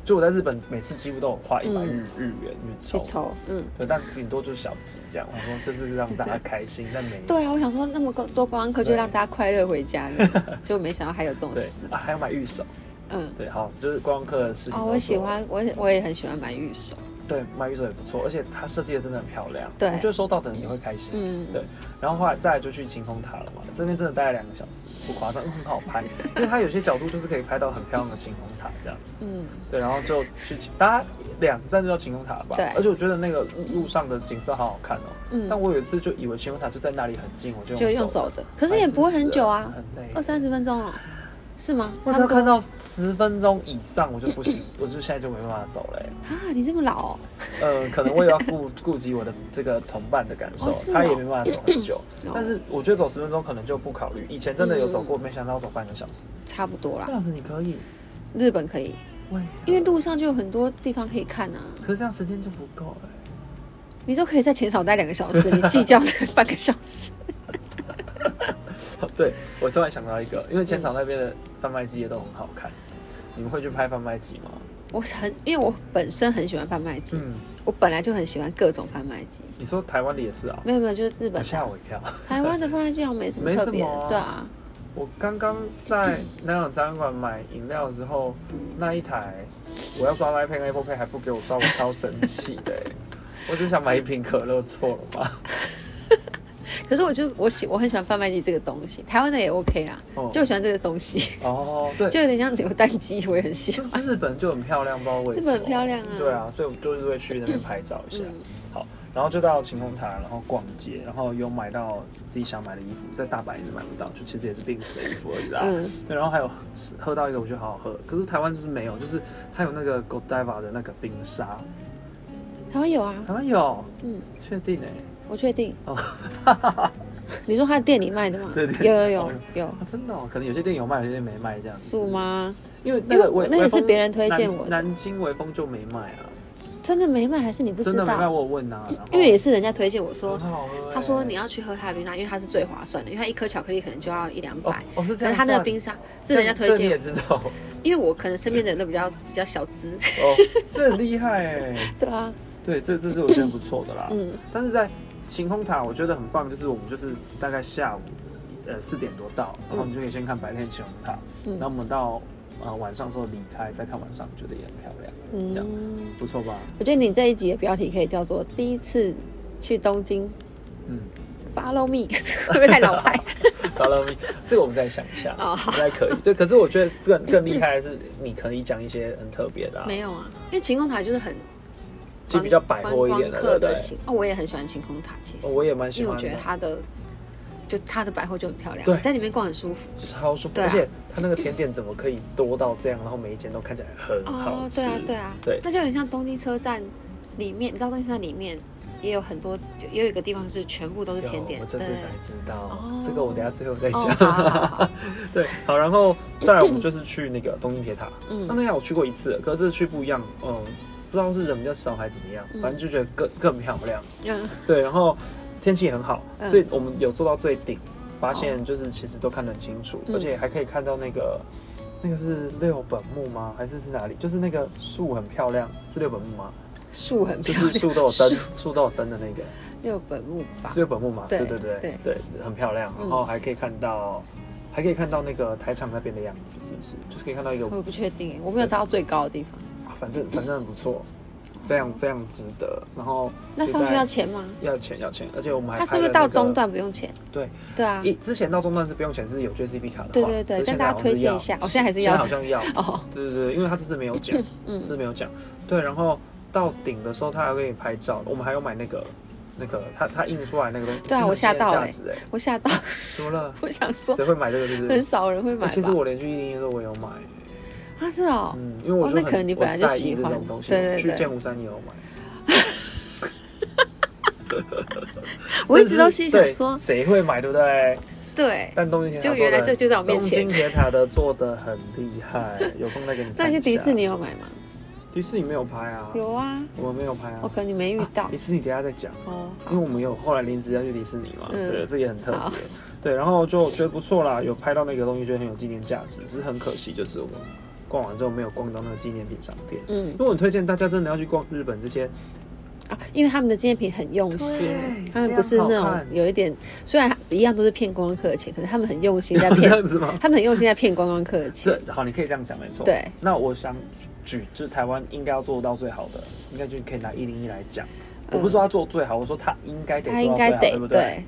S2: 就我在日本每次几乎都有花一百
S1: 嗯
S2: 日、日元去
S1: 去
S2: 抽，
S1: 抽，嗯。
S2: 对，但顶多就是小几这样。我说这是让大家开心，但 没有
S1: 对啊，我想说那么多公安课就让大家快乐回家 了，就没想到还有这种
S2: 对
S1: 事。
S2: 啊，还要买玉手，
S1: 嗯，
S2: 对，好，就是观光客的事情。
S1: 哦，我喜，欢，我也我也很喜欢买玉手。
S2: 对，买玉手也不错，而且它设计的真的很漂亮，
S1: 对
S2: 我觉得收到的人也会开心。
S1: 嗯，
S2: 对，然后后来再来就去晴空塔了嘛，这边真的待了两个小时，不夸张，嗯很好拍，因为它有些角度就是可以拍到很漂亮的晴空塔这样。
S1: 嗯，
S2: 对，然后就去搭两站就到晴空塔了吧？
S1: 对
S2: 而且我觉得那个路路上的景色好好看哦。
S1: 嗯
S2: 但我有一次就以为晴空塔就在那里很近，我就
S1: 就用走。的，可是也不会很久啊
S2: 烦，死了很累。
S1: 二三十分钟哦，是吗？
S2: 我
S1: 差
S2: 只
S1: 不
S2: 要
S1: 多
S2: 看到十分钟以上，我就不 行，我就现在就没办法走了欸。
S1: 啊，你这么老、哦，
S2: 呃，可能我也要顾顾及我的这个同伴的感受，
S1: 哦是
S2: 他也
S1: 哦
S2: 没办法走很 久
S1: 哦。
S2: 但是我觉得走十分钟可能就不考虑，以前真的有走
S1: 嗯
S2: 过，没想到走半个小时。
S1: 差不多
S2: 半
S1: 啦
S2: 个。小时你可以，
S1: 日本可以，
S2: 喂，
S1: 因为路上就有很多地方可以看啊，
S2: 可是这样时间就不够了欸。
S1: 你都可以在浅草待两个小时，你计较这 半个小时。
S2: 对，我突然想到一个，因为浅草那边的贩卖机也都很好看，你们会去拍贩卖机吗？
S1: 我很，因为我本身很喜欢贩卖机，
S2: 嗯，
S1: 我本来就很喜欢各种贩卖机。
S2: 你说台湾的也是啊，
S1: 没有没有，就是日本
S2: 我
S1: 的
S2: 吓我一跳。
S1: 台湾的贩卖机好像没什么
S2: 没
S1: 特
S2: 什
S1: 别
S2: 么
S1: 的，
S2: 啊
S1: 对啊，
S2: 我刚刚在南港展览馆买饮料的时候，那一台我要刷 Line Pay Apple Pay 还不给我刷，我超生气的欸、 我只想买一瓶可乐，错了吧？
S1: 可是我就我喜我很喜欢贩卖机这个东西，台湾的也 OK 啦，
S2: 哦
S1: 就我喜欢这个东西，
S2: 哦，对，
S1: 就有点像扭蛋机，我也很喜 欢。
S2: 就日本就很漂亮，不知道为什么。
S1: 日本很漂亮啊
S2: 对啊，所以我们就是会去那边拍照一下。
S1: 嗯
S2: 好，然后就到晴空塔，然后逛街，然后有买到自己想买的衣服，在大阪一直买不到，就其实也是病死的衣服而已啦。
S1: 嗯
S2: 对，然后还有吃喝到一个我觉得好好喝，可是台湾是不是没有？就是它有那个 Godiva 的那个冰沙，
S1: 台湾有啊，
S2: 台湾有，
S1: 嗯，
S2: 确定哎、
S1: 我确定。
S2: 哦
S1: 你说他店里卖的吗？
S2: 对对对
S1: 有有有有
S2: 啊，真的、哦，可能有些店有卖，有些店没卖这样。
S1: 素吗？
S2: 因为那个
S1: 因为我
S2: 微
S1: 那个
S2: 微风
S1: 是别人推荐我的
S2: 南南京微风就没卖啊，
S1: 真的没卖还是你不知
S2: 真的没卖，
S1: 道？
S2: 我有问啊，然后
S1: 因为也是人家推荐我说
S2: 很，好喝欸、
S1: 他说你要去喝他的冰沙，因为它是最划算的，因为它一颗巧克力可能就要一两
S2: 哦
S1: 百。
S2: 哦是
S1: 可
S2: 这样算，
S1: 是他那个冰沙是人家推
S2: 这你也
S1: 荐，
S2: 知道
S1: 因为我可能身边的人都比较比较小资，
S2: 哦，这很厉害哎。
S1: 对啊，
S2: 对，这这是我觉得不错的啦。
S1: 嗯
S2: 但是在晴空塔，我觉得很棒，就是我们就是大概下午呃四点多到，然后你就可以先看白天晴空塔，然后我
S1: 嗯
S2: 们到呃晚上的时候离开，再看晚上，觉得也很漂亮，这样
S1: 嗯，
S2: 不错吧？
S1: 我觉得你这一集的标题可以叫做“第一次去东京
S2: 嗯，
S1: Follow me，会不会太老 派？
S2: Follow me，这个我们再想一下
S1: 哦，好
S2: 应该可以。对，可是我觉得更更厉害的是，你可以讲一些很特别的、啊，
S1: 没有啊，因为晴空塔就是很
S2: 其实比较百货一点的，
S1: 观光
S2: 对
S1: 客
S2: 不对
S1: 的？行哦，我也很喜欢晴空塔，其实
S2: 哦我也蛮喜
S1: 因为
S2: 欢
S1: 我
S2: 的，
S1: 觉得它的就它的百货就很漂亮，
S2: 对
S1: 在里面逛很舒服。
S2: 超舒服，
S1: 对啊
S2: 而且它那个甜点怎么可以多到这样？然后每一间都看起来很好
S1: 哦，
S2: 吃，
S1: 对啊，对啊，
S2: 对
S1: 那就很像东京车站里面，你知道东京车站里面也有很多，就也有一个地方是全部都是
S2: 有
S1: 甜点，
S2: 我这
S1: 对
S2: 次才知道
S1: 哦，
S2: 这个我等一下最后再
S1: 哦好好好
S2: 讲
S1: 好。
S2: 对，好，然后再来我们就是去那个东京铁塔，
S1: 嗯
S2: 那那天我去过一次了，可是这次去不一样，嗯，不知道是人比较少还是怎么样，
S1: 嗯
S2: 反正就觉得更更漂亮。
S1: 嗯
S2: 对，然后天气也很好，
S1: 嗯
S2: 所以我们有做到最顶，发现就是其实都看得很清楚，
S1: 嗯
S2: 而且还可以看到那个那个是六本木吗？还是是哪里？就是那个树很漂亮，是六本木吗？
S1: 树很
S2: 就
S1: 漂亮，
S2: 是树都有 灯
S1: 树，
S2: 树都有灯的那个
S1: 六本木吧
S2: 是，六本木嘛？
S1: 对
S2: 对对对
S1: 对
S2: 很漂亮，
S1: 嗯
S2: 然后还可以看到。还可以看到那个台场那边的样子，是不是？就是可以看到一个，
S1: 我也不确定，欸我没有达到最高的地方。
S2: 啊反正反正很不错，非常非常值得。然后
S1: 那
S2: 就
S1: 上去
S2: 在
S1: 要钱吗？
S2: 要钱要钱，而且我们还
S1: 它
S2: 拍
S1: 是不是
S2: 了
S1: 到
S2: 那个
S1: 中段不用钱？
S2: 对，
S1: 对啊
S2: 一，之前到中段是不用钱，是有 JCB 卡的话。
S1: 对对对，跟
S2: 可是现
S1: 大
S2: 在好
S1: 家
S2: 像是
S1: 推荐
S2: 要
S1: 一，下，我哦现在还是
S2: 现在
S1: 要
S2: 好像要。
S1: 哦，
S2: 对对对，因为他这次没有 讲，这次
S1: 嗯
S2: 没有讲。对，然后到顶的时候，他还给你拍照。我们还有买那个那个，他他印出来那个东西。
S1: 对啊
S2: 那个
S1: 我吓到
S2: 价
S1: 欸
S2: 值哎，
S1: 我吓到，
S2: 除了
S1: 我想说
S2: 谁会买这个？就是
S1: 很少人会买
S2: 欸其实
S1: 吧？
S2: 我连去一零一的时候我也有买，
S1: 啊，是哦，
S2: 嗯，因为我
S1: 哦
S2: 就
S1: 那
S2: 很
S1: 可能你本来就
S2: 我在意
S1: 喜欢
S2: 这种东西，
S1: 对对对
S2: 去剑湖山也有买。
S1: 我一直都心想
S2: 对
S1: 说，
S2: 谁会买，对不对？
S1: 对，
S2: 但东京铁塔
S1: 就原来
S2: 做得
S1: 这就在我面前
S2: 东京铁塔的做的很厉 害，有空再给你。
S1: 那你去迪士尼？有买吗？
S2: 迪士尼没有拍啊，
S1: 有啊，
S2: 我们没有拍啊
S1: 我。可能你没遇到
S2: 啊迪士尼等一下再讲，
S1: 哦。
S2: 因为
S1: 好，
S2: 我们有后来临时要去迪士尼嘛，
S1: 嗯
S2: 对，这也很特
S1: 好
S2: 别。对，然后就觉得不错啦，有拍到那个东西，觉得很有纪念价值。只是很可惜，就是我们逛完之后没有逛到那个纪念品商店。
S1: 嗯
S2: 如果很推荐大家真的要去逛日本这 些，
S1: 啊，因为他们的纪念品很用心
S2: 对，
S1: 他们不是
S2: 非
S1: 那
S2: 常好看
S1: 种有一点，虽然一样都是骗观光客的钱，可是他们很用心 在
S2: 这
S1: 骗，
S2: 样子吗？
S1: 他们很用心在骗观光客的钱
S2: 对。，好，你可以这样讲，没错。
S1: 对，
S2: 那我想举，就是台湾应该要做到最好的，应该就可以拿一零一来讲。我不是说他做最好，我说他应该得
S1: 嗯他
S2: 做
S1: 应
S2: 到
S1: 该
S2: 最好，
S1: 得
S2: 对不？
S1: 对，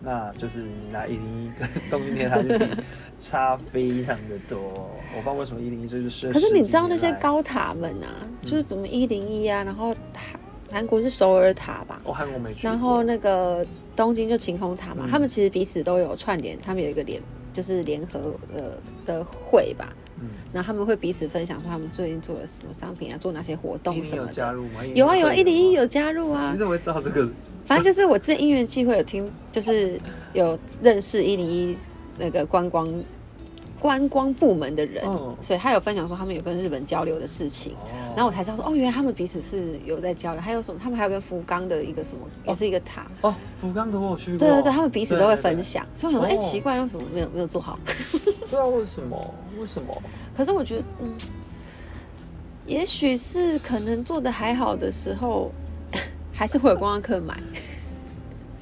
S2: 那就是你拿一零一跟东京铁塔去比，差非常的多。我不知道为什么一零一就是。
S1: 可是你知道那些，高塔们啊，
S2: 嗯
S1: 就是什么一零一啊，然后韩韩国是首尔塔吧，
S2: 我、哦、韩国没去过。
S1: 然后那个东京就晴空塔嘛，
S2: 嗯
S1: 他们其实彼此都有串联，他们有一个联就是联合呃的会吧，
S2: 嗯，
S1: 然后他们会彼此分享说他们最近做了什么商品啊，做哪些活动
S2: 101
S1: 什
S2: 有
S1: 么
S2: 加
S1: 的。
S2: 入吗？
S1: 有啊有啊，一零一
S2: 有
S1: 有加入
S2: 吗。
S1: 啊
S2: 你，怎么会知道这个？
S1: 反正就是我之前因缘际会有听，就是有认识一零一那个观光观光部门的人，
S2: 嗯
S1: 所以他有分享说他们有跟日本交流的事情。
S2: 哦
S1: 然后我才知道说，哦，原来他们彼此是有在交流，还有什么？他们还有跟福冈的一个什么，也是一个塔，
S2: 哦，福冈的我有去过。
S1: 对对对，他们彼此都会
S2: 对对
S1: 分
S2: 对
S1: 享。所以我想说，哎、
S2: 哦
S1: 奇怪，为什么没有没有做好？
S2: 不知道为什么，为什么？
S1: 可是我觉得，嗯，也许是可能做的还好的时候， 还是会有观光客买，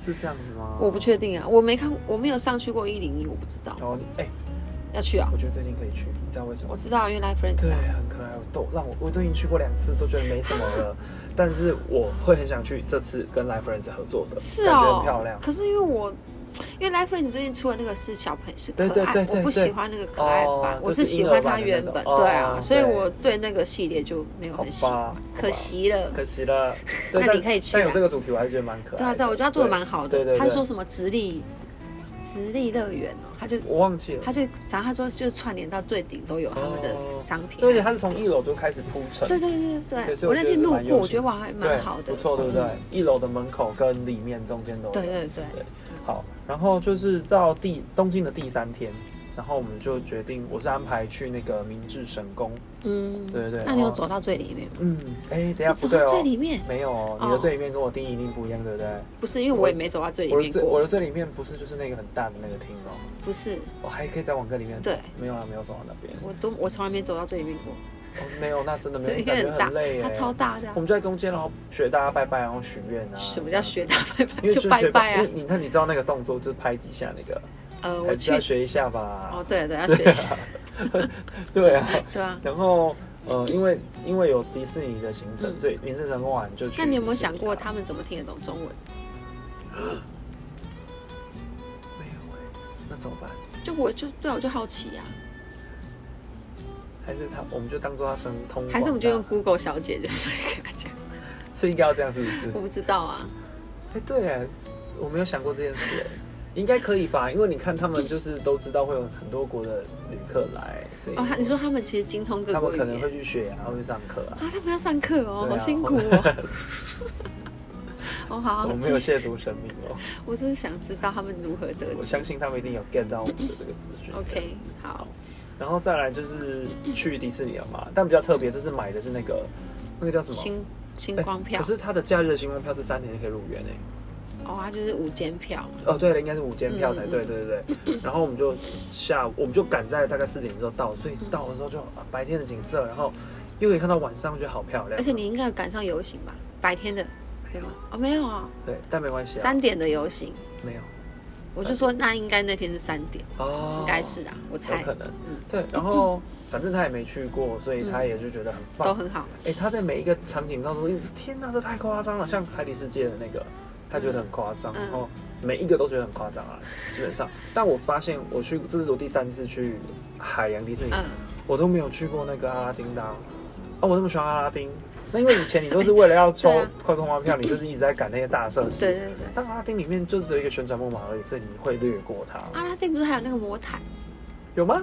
S2: 是这样子吗？
S1: 我不确定啊，我没看，我没有上去过一零一，我不知道
S2: 哦，哎、
S1: 要去啊
S2: 我。觉得最近可以去，你知道为什么
S1: 我？知道啊，因为 Life
S2: 对
S1: Friends 啊，，
S2: 很可爱，我都让我我都已经去过两次，都觉得没什么 了。但是我会很想去这次跟 Life Friends 合作的，
S1: 是
S2: 感觉
S1: 哦
S2: 很漂亮。
S1: 可是因为我，因为 Life Friends 最近出了那个是小朋友是可爱，
S2: 对对对对
S1: 我不喜欢那个可爱版，
S2: 哦
S1: 我
S2: 就是是
S1: 喜欢
S2: 婴儿
S1: 它
S2: 版的
S1: 原
S2: 那
S1: 本，
S2: 种
S1: 对啊，
S2: 哦
S1: 所以
S2: 对
S1: 我对那个系列就没有很喜
S2: 好
S1: 欢
S2: 吧，
S1: 可惜了。
S2: 可惜了，对
S1: 那
S2: 但
S1: 你可以去啊
S2: 但有这个主题，我还是觉得蛮可爱的。
S1: 对啊，对啊，我觉得他做的蛮好的。
S2: 对对对，
S1: 他说什么直立直立乐园哦，他就
S2: 我忘记了，
S1: 他就，然后他说就是串联到最顶都有他们的
S2: 哦
S1: 商品。啊
S2: 对而且它是从一楼就开始铺陈，
S1: 对对对对
S2: 对
S1: 对，
S2: 所以
S1: 我
S2: 我
S1: 那
S2: 觉得
S1: 天
S2: 是
S1: 路
S2: 蛮
S1: 过，
S2: 用
S1: 我觉得
S2: 心
S1: 哇，还
S2: 对
S1: 蛮好的，
S2: 不错，对不对
S1: 嗯？
S2: 一楼的门口跟里面中间都有。
S1: 对对对，
S2: 好，然后就是到第东京的第三天，然后我们就决定，我是安排去那个明治神宫。
S1: 嗯，
S2: 对对对
S1: 那你有
S2: 哦
S1: 走到最里面吗？
S2: 嗯，哎，等一下
S1: 你
S2: 不
S1: 走
S2: 对
S1: 到最
S2: 哦，
S1: 里面？
S2: 没有哦，
S1: 哦
S2: 你的最里面跟我定义一定不一样，对不对？
S1: 不是，因为
S2: 我
S1: 我也没走到最里
S2: 我的
S1: 面
S2: 最我
S1: 过。
S2: 的最里面不是就是那个很大的那个厅哦，
S1: 不是，
S2: 我还可以再往更里面。
S1: 对，
S2: 没有啊，没有走到那边，
S1: 我都我从来没走到最里面过，
S2: 哦，没有，那真的
S1: 所
S2: 没
S1: 以
S2: 有，感觉
S1: 很大
S2: 很累，耶
S1: 它。超大的啊
S2: 我。们就在中间，然后学大家拜拜，然后许愿啊。
S1: 什么
S2: 这
S1: 叫
S2: 样？
S1: 学大拜拜？
S2: 因为
S1: 就是拜
S2: 学
S1: 拜
S2: 因
S1: 啊
S2: 为！你看，你知道那个动作就是拍几下那个，
S1: 呃，我
S2: 还是要
S1: 去
S2: 学一下吧。
S1: 哦，对对， 要学一下，
S2: 对啊，
S1: 对啊。
S2: 然后呃，因为因为有迪士尼的行程，
S1: 嗯
S2: 所以民治神宫玩就去。
S1: 那你有没有想过，他们怎么听得懂中文？
S2: 欸怎么办？
S1: 就我就对啊，我就好奇呀、
S2: 还是他我们就当做他神通广大？
S1: 还是我们就用 Google 小姐就是跟他讲，
S2: 是应该要这样，是不是？
S1: 我不知道啊，
S2: 哎、对耶，我没有想过这件事，哎，应该可以吧？因为你看他们就是都知道会有很多国的旅客来，所以
S1: 哦，他你说他们其实精通各
S2: 他
S1: 国
S2: 们
S1: 语
S2: 可能
S1: 言
S2: 会去学啊，会去上课啊。
S1: 啊，他们要上课哦，
S2: 对啊
S1: 好辛苦哦。 哦，好
S2: 我
S1: 好
S2: 没
S1: 继
S2: 有
S1: 续，
S2: 亵渎神明哦，
S1: 我真的想知道他们如何 得
S2: 我
S1: 知
S2: 相。信他们一定有 get 到我们的这个资讯。
S1: OK，好，
S2: 然后再来就是去迪士尼了嘛，但比较特别，这次买的是那个那个叫什么？
S1: 星星
S2: 哎
S1: 光票
S2: 可，是它的假日的星光票是三天就可以入园诶、欸
S1: 哦，它就是午间票，
S2: 哦，对了，应该是午间票才
S1: 嗯嗯
S2: 对，对对对。然后我们就下午，我们就赶在大概四点的时候到，所以到的时候就啊白天的景色，然后又可以看到晚上，觉得好漂亮。
S1: 而且你应该有赶上游行吧？白天的对吗？哦，没有啊，
S2: 对，但没关系啊，
S1: 三点的游行，
S2: 没有
S1: 我就说那应该那天是三点，
S2: 哦，
S1: 应该是啊，我
S2: 有
S1: 猜
S2: 可能
S1: 嗯。
S2: 对，然后反正他也没去过，所以他也就觉得很
S1: 都
S2: 棒。
S1: 很好。
S2: 哎，他在每一个场景当中，一直天哪，这太夸张了，像海底世界的那个，他觉得很夸张，
S1: 嗯
S2: 然后每一个都觉得很夸张啊，基本上。但我发现我去，这是我第三次去海洋迪士尼，
S1: 嗯，
S2: 我都没有去过那个阿拉丁的啊。啊我那么喜欢阿拉丁，那因为以前你都是为了要 抽
S1: 对啊
S2: 快通关票，你就是一直在赶那些大设
S1: 对
S2: 施。
S1: 对对。
S2: 但阿拉丁里面就只有一个旋转木马而已，所以你会略过它，
S1: 阿拉啊丁不是还有那个魔毯？
S2: 有吗？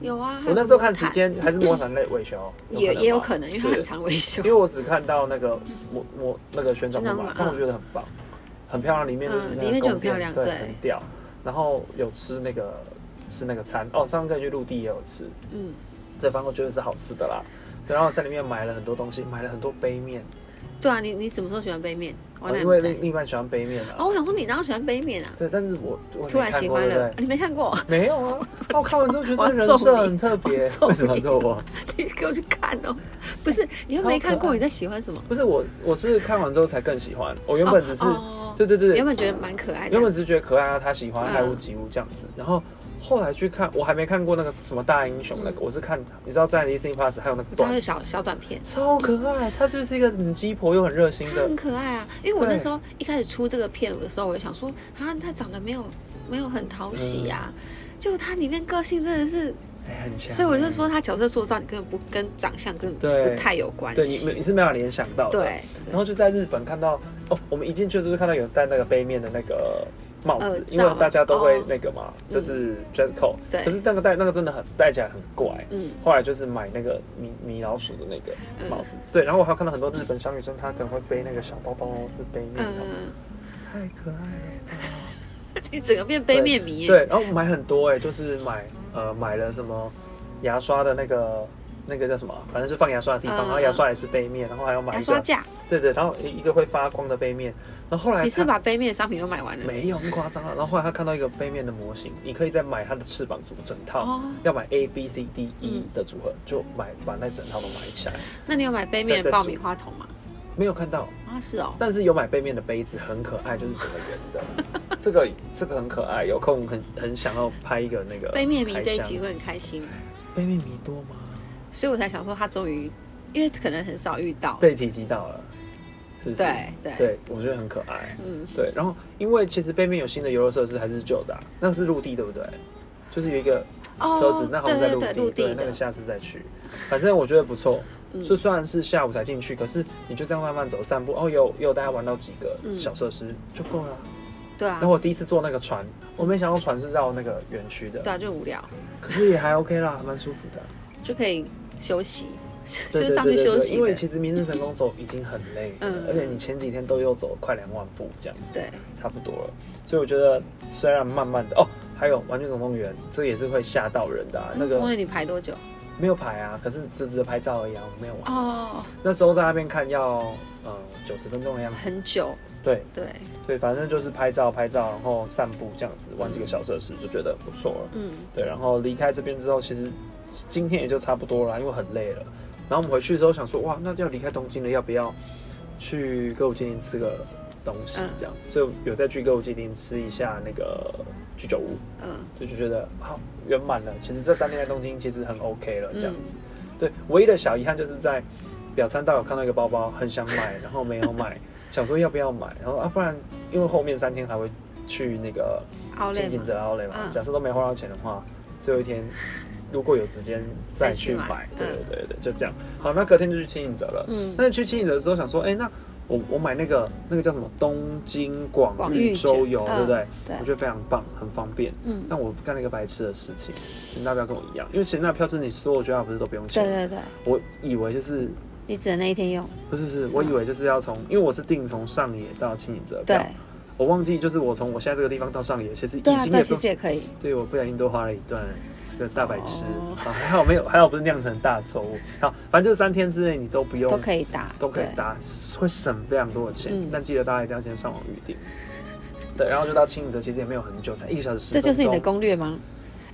S1: 有啊，还
S2: 我
S1: 有
S2: 那时候看
S1: 魔
S2: 时
S1: 毯
S2: 间还是魔毯类维修，
S1: 也也有
S2: 吧
S1: 可能，因为它很常维修
S2: 因。为我只看到那个魔魔那个旋转木
S1: 旋转木
S2: 马，
S1: 马
S2: 但我觉得很棒，很漂亮，里面就
S1: 嗯
S2: 是那个
S1: 里面就很
S2: 宫殿
S1: 漂亮
S2: 对，
S1: 对
S2: 很屌。然后有吃那个吃那个餐，哦，上次再去陆地也有吃，
S1: 嗯，
S2: 对，反正我觉得是好吃的啦。然后在里面买了很多东西，买了很多杯面，
S1: 对啊，你你什么时候喜欢杯面？我
S2: 哦
S1: 哪
S2: 因为
S1: 里在
S2: 另？另一半喜欢杯面啊
S1: 哦，。我想说你哪有喜欢杯面啊？
S2: 对，但是我我也
S1: 突然
S2: 没看
S1: 喜
S2: 过
S1: 欢
S2: 对不
S1: 了，
S2: 对
S1: 啊你没看过？
S2: 没有啊！我看完之后觉得这
S1: 我
S2: 人
S1: 揍
S2: 设
S1: 你
S2: 很特别，
S1: 我揍
S2: 为什么
S1: 你
S2: 揍我？
S1: 你给我去看哦！不是，你又没看
S2: 超可
S1: 过，
S2: 爱
S1: 你在喜欢什么？哦
S2: 不是我，我是看完之后才更喜欢。我原本只是，对对对，
S1: 原本觉得蛮可爱的
S2: 原，本只是觉得可爱啊，他喜欢
S1: 嗯
S2: 爱屋及乌这样子。然后后来去看，我还没看过那个什么大英雄那个，我是看你知道在 Disney Plus 还有那个
S1: 嗯我知道
S2: 短
S1: 是，小小短片，
S2: 超可爱。他是不是一个很鸡婆又很热心
S1: 它
S2: 的
S1: 很？可爱啊。因为我
S2: 对
S1: 那时候一开始出这个片的时候，我就想说，啊，他长得没有没有很讨喜啊，
S2: 嗯
S1: 就他里面个性真的是，
S2: 哎，很强。
S1: 所以我就说他角色塑造，你根本不跟长相根本
S2: 对
S1: 不太有关
S2: 对你
S1: 系。
S2: 你是没有联想到的。。
S1: 对，
S2: 然后就在日本看到哦，我们一进去就是看到有人戴那个背面的那个帽
S1: 耳
S2: 子，因
S1: 呃罩
S2: 为大家都会
S1: 哦
S2: 那个嘛，
S1: 嗯
S2: 就是 dress code。
S1: 对
S2: 可是那个戴那个真的很戴起来很怪。
S1: 嗯
S2: 后来就是买那个米米老鼠的那个帽子，对，然后我还有看到很多日本小女生，她可能会背那个小包包，是背面
S1: 嗯
S2: 的，
S1: 嗯，
S2: 太可爱了。
S1: 嗯 你整个变杯面迷耶。
S2: 对，然后买很多哎、就是买呃买了什么牙刷的那个那个叫什么，反正是放牙刷的地
S1: 嗯
S2: 方，然后牙刷也是背面，然后还要买
S1: 牙
S2: 一
S1: 刷
S2: 个，
S1: 架，
S2: 对对，然后一一个会发光的背面，然后后来
S1: 你是
S2: 看
S1: 把杯面的商品都买完了？
S2: 哎没有那么夸张啊，然后后来他看到一个背面的模型，你可以再买它的翅膀什么整套，
S1: 哦
S2: 要买 A B C D E
S1: 嗯
S2: 的组合，就买把那整套都买起来，
S1: 那你有买杯面的
S2: 在在
S1: 爆
S2: 煮
S1: 米花筒吗？
S2: 没有看到。
S1: 啊，是哦。
S2: 但是有买背面的杯子，很可爱，就是整个 圆的。这个这个很可爱，有空很很想要拍一个那个
S1: 杯面迷这一
S2: 海
S1: 集
S2: 箱。
S1: 会很开心，
S2: 杯面迷多吗？
S1: 所以我才想说他终于，因为可能很少遇到。
S2: 被提及到了，是不是？
S1: 对对
S2: 对，我觉得很可爱。
S1: 嗯，
S2: 对，然后因为其实背面有新的游乐设施，还是旧的啊、那是陆地对不对？就是有一个车子，那好
S1: 对
S2: 像
S1: 对
S2: 在陆地，
S1: 哦对，陆
S2: 对
S1: 地
S2: 那个
S1: 的，
S2: 下次再去。反正我觉得不错，
S1: 嗯
S2: 就虽然是下午才进去，可是你就这样慢慢走散步，哦，有有大家玩到几个
S1: 嗯
S2: 小设施、就够了啊、
S1: 对啊
S2: 然，后我第一次坐那个船，我没想到船是绕那个园区的，
S1: 对啊，就很无聊，
S2: 可是也还 OK 啦，还蛮舒 服的。
S1: 就可以休息，就
S2: 对
S1: 是上去休息
S2: 因为
S1: 的。
S2: 其实明日神宫走已经很累了，
S1: 嗯
S2: 而且你前几天都又走快两万步这样，
S1: 对，
S2: 差不多了。所以我觉得虽然慢慢的哦，还有玩具总动员，这也是会吓到人的、啊。那
S1: 中
S2: 个
S1: 间你排多久？
S2: 没有排啊，可是就只是拍照而已、啊，我没有玩。
S1: 哦，
S2: 那时候在那边看要呃九十分钟的样子，
S1: 很久，
S2: 对
S1: 对，
S2: 对，反正就是拍照拍照，然后散步这样子，玩几个小设施就觉得不错了。
S1: 嗯，
S2: 对，然后离开这边之后，其实今天也就差不多了，因为很累了。然后我们回去之后想说，哇，那要离开东京了，要不要去歌舞伎町吃个东西
S1: 嗯？
S2: 这样，所以有再去歌舞伎町吃一下那个居酒屋，
S1: 嗯，
S2: 就就觉得好圆满了。其实这三天在东京其实很 OK 了，这样
S1: 嗯
S2: 子。对，唯一的小遗憾就是在表参道有看到一个 包包，很想买，然后没有买，想说要不要买，然后啊，不然因为后面三天还会去那个
S1: 奥
S2: 新
S1: 莱
S2: 景
S1: 嘛，
S2: 泽奥莱嘛，
S1: 嗯
S2: 假设都没花到钱的话，最后 一天如果有时间
S1: 再
S2: 再去
S1: 去买
S2: 买，
S1: 嗯
S2: 对对对对，就这样。好，那隔天就去清景泽了。
S1: 嗯，
S2: 那去清景泽的时候想说，哎、那我我买那个那个叫什么东京广
S1: 广
S2: 域
S1: 域
S2: 周
S1: 卷
S2: 游，
S1: 嗯
S2: 对不对？
S1: 对
S2: 我觉得非常棒，很方便。
S1: 嗯，
S2: 但我干了一个白痴的事情，咸大票跟我一样，因为咸大票就是你所有学校不是都不用
S1: 对对
S2: 钱，
S1: 对，
S2: 我以为就是
S1: 你只能那一天用，
S2: 不是不
S1: 是
S2: 是，
S1: 吗
S2: 我以为就是要从，因为我是定从上野到清影泽
S1: 对
S2: 票，我忘记就是我从我现在这个地方到上野，其实已
S1: 对啊
S2: 经
S1: 对，
S2: 也
S1: 其
S2: 都
S1: 实也可以，
S2: 对我不小心多花了一段这个大白痴
S1: 哦
S2: 啊，还好没有，还好不是酿成大错误。好，反正就是三天之内你都不用
S1: 都可以打，
S2: 都可以
S1: 对，
S2: 搭，会省非常多的钱。
S1: 嗯
S2: 但记得大家一定要先上网预定。对，然后就到清影泽，其实也没有很久，才一个小时十
S1: 这就是你的
S2: 分钟啊
S1: 攻略吗？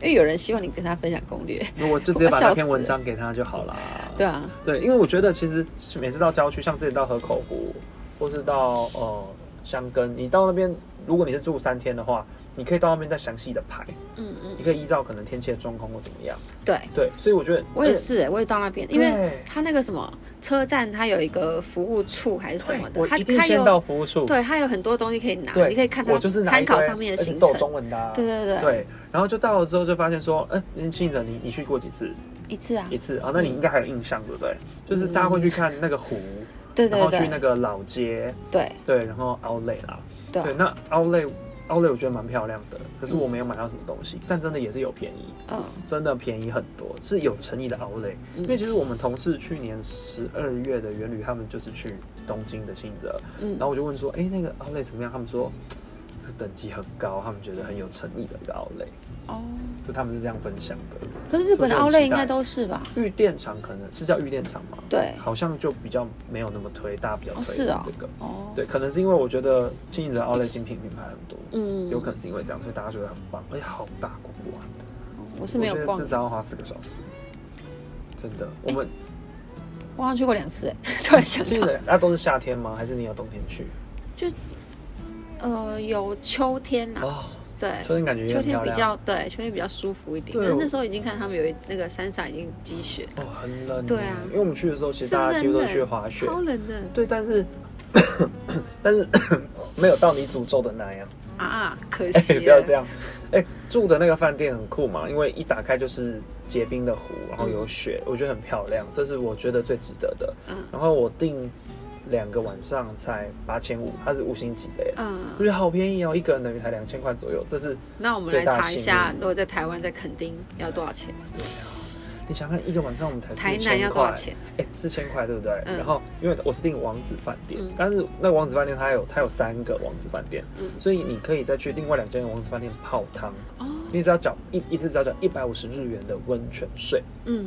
S1: 因为有人希望你跟他分享攻略，
S2: 我就直接把那 篇
S1: 我要笑死
S2: 文章给他就好啦。
S1: 对啊，
S2: 对，因为我觉得其实每次到郊区，像之前到河口湖，或是到呃箱根，你到那边，如果你是住三天的话，你可以到那边再详细的排，
S1: 嗯嗯，
S2: 你可以依照可能天气的状况或怎么样。
S1: 对。
S2: 对，所以我觉得呃
S1: 我也，是、欸，我也到那边，因为
S2: 对
S1: 他那个什么车站，他有一个服务处还是什么的，
S2: 我
S1: 他
S2: 一定
S1: 他
S2: 先
S1: 有
S2: 到服务处，
S1: 对，他有很多东西可以拿，
S2: 对，
S1: 你可以看他
S2: 我就是拿
S1: 参
S2: 一
S1: 考
S2: 堆
S1: 上面的
S2: 而且
S1: 行
S2: 都有
S1: 程
S2: 中。文的、啊，
S1: 对对对，
S2: 对，然后就到了之后就发现说，哎、林庆哲，你你去过几次？
S1: 一次啊
S2: 一，次啊，那你
S1: 嗯
S2: 应该还有印象对不对？就是大家会去看那个湖，
S1: 对
S2: 然
S1: 对
S2: 后去那
S1: 对
S2: 个老街，
S1: 对
S2: 对，然后 Outlet 啦，对，
S1: 对，啊
S2: 那 Outlet Outlet 我觉得蛮漂亮的，可是我没有买到什么东西，但真的也是有便宜，
S1: 嗯
S2: 真的便宜很多，是有诚意的 Outlet。因为
S1: 嗯
S2: 其实我们同事去年十二月的元旅，他们就是去东京的庆泽，然
S1: 嗯，
S2: 后我就问说，哎、那个 Outlet 怎么样？他们说这等级很高，他们觉得很有诚意的一个 Outlet，
S1: 哦，
S2: 就他们是这样分享的。
S1: 可是日本的
S2: 所以我
S1: 奥
S2: 就很
S1: 莱
S2: 期
S1: 应该
S2: 待
S1: 都是吧？
S2: 玉电厂可能是叫玉电厂吗？
S1: 对，
S2: 好像就比较没有那么推，大家比较推
S1: 哦是哦
S2: 这个。
S1: 哦，
S2: 对，可能是因为我觉得清影泽 Outlet 精品品牌很多，
S1: 嗯，
S2: 有可能是因为这样，所以大家觉得很棒，而且好大广播啊！
S1: 我是没
S2: 我
S1: 有
S2: 觉得
S1: 逛哎
S2: 至，少要花四个小时，真的。我们
S1: 我好像去过两次欸， 突然想
S2: 清
S1: 到，
S2: 的那都是夏天吗？还是你有冬天去？
S1: 呃，有秋天呐，
S2: 哦，
S1: 对，
S2: 秋天感觉也
S1: 秋
S2: 很
S1: 天
S2: 漂
S1: 比
S2: 亮。
S1: 较对，秋天比较舒服一点。
S2: 对
S1: 可是那
S2: 我
S1: 时候已经看他们有一那个山上已经积雪，
S2: 哦，很冷耶。
S1: 对啊
S2: 因为我们去的时候，其实
S1: 是
S2: 大
S1: 不
S2: 家
S1: 是
S2: 几乎都
S1: 很
S2: 去
S1: 冷？
S2: 滑雪。
S1: 超冷的
S2: 对，但是但是没有到你诅咒的那样。
S1: 啊，可
S2: 哎、
S1: 惜
S2: 不要这
S1: 了。
S2: 样。哎、住的那个饭店很酷嘛，因为一打开就是结冰的湖，然后有雪，我觉得很漂亮，这是我觉得最值得的。
S1: 嗯
S2: 然后我订两个晚上才八千五，它是五星级的耶，我
S1: 嗯，
S2: 觉得好便宜哦，一个人等于才两千块左右，这是
S1: 那我们来
S2: 最大
S1: 查一
S2: 幸
S1: 下，
S2: 运
S1: 如果在台湾在垦丁要多少钱，
S2: 你想看一个晚上我们才
S1: 台
S2: 四
S1: 南要
S2: 千
S1: 多少
S2: 块，
S1: 钱？
S2: 哎，四千块对不对？
S1: 嗯
S2: 然后因为我是订王子饭店，
S1: 嗯
S2: 但是那个王子饭店它有它有三个王子饭店，
S1: 嗯
S2: 所以你可以再去另外两间王子饭店泡汤，
S1: 哦，
S2: 你只要缴一一次只要缴一百五十日元的温泉税，
S1: 嗯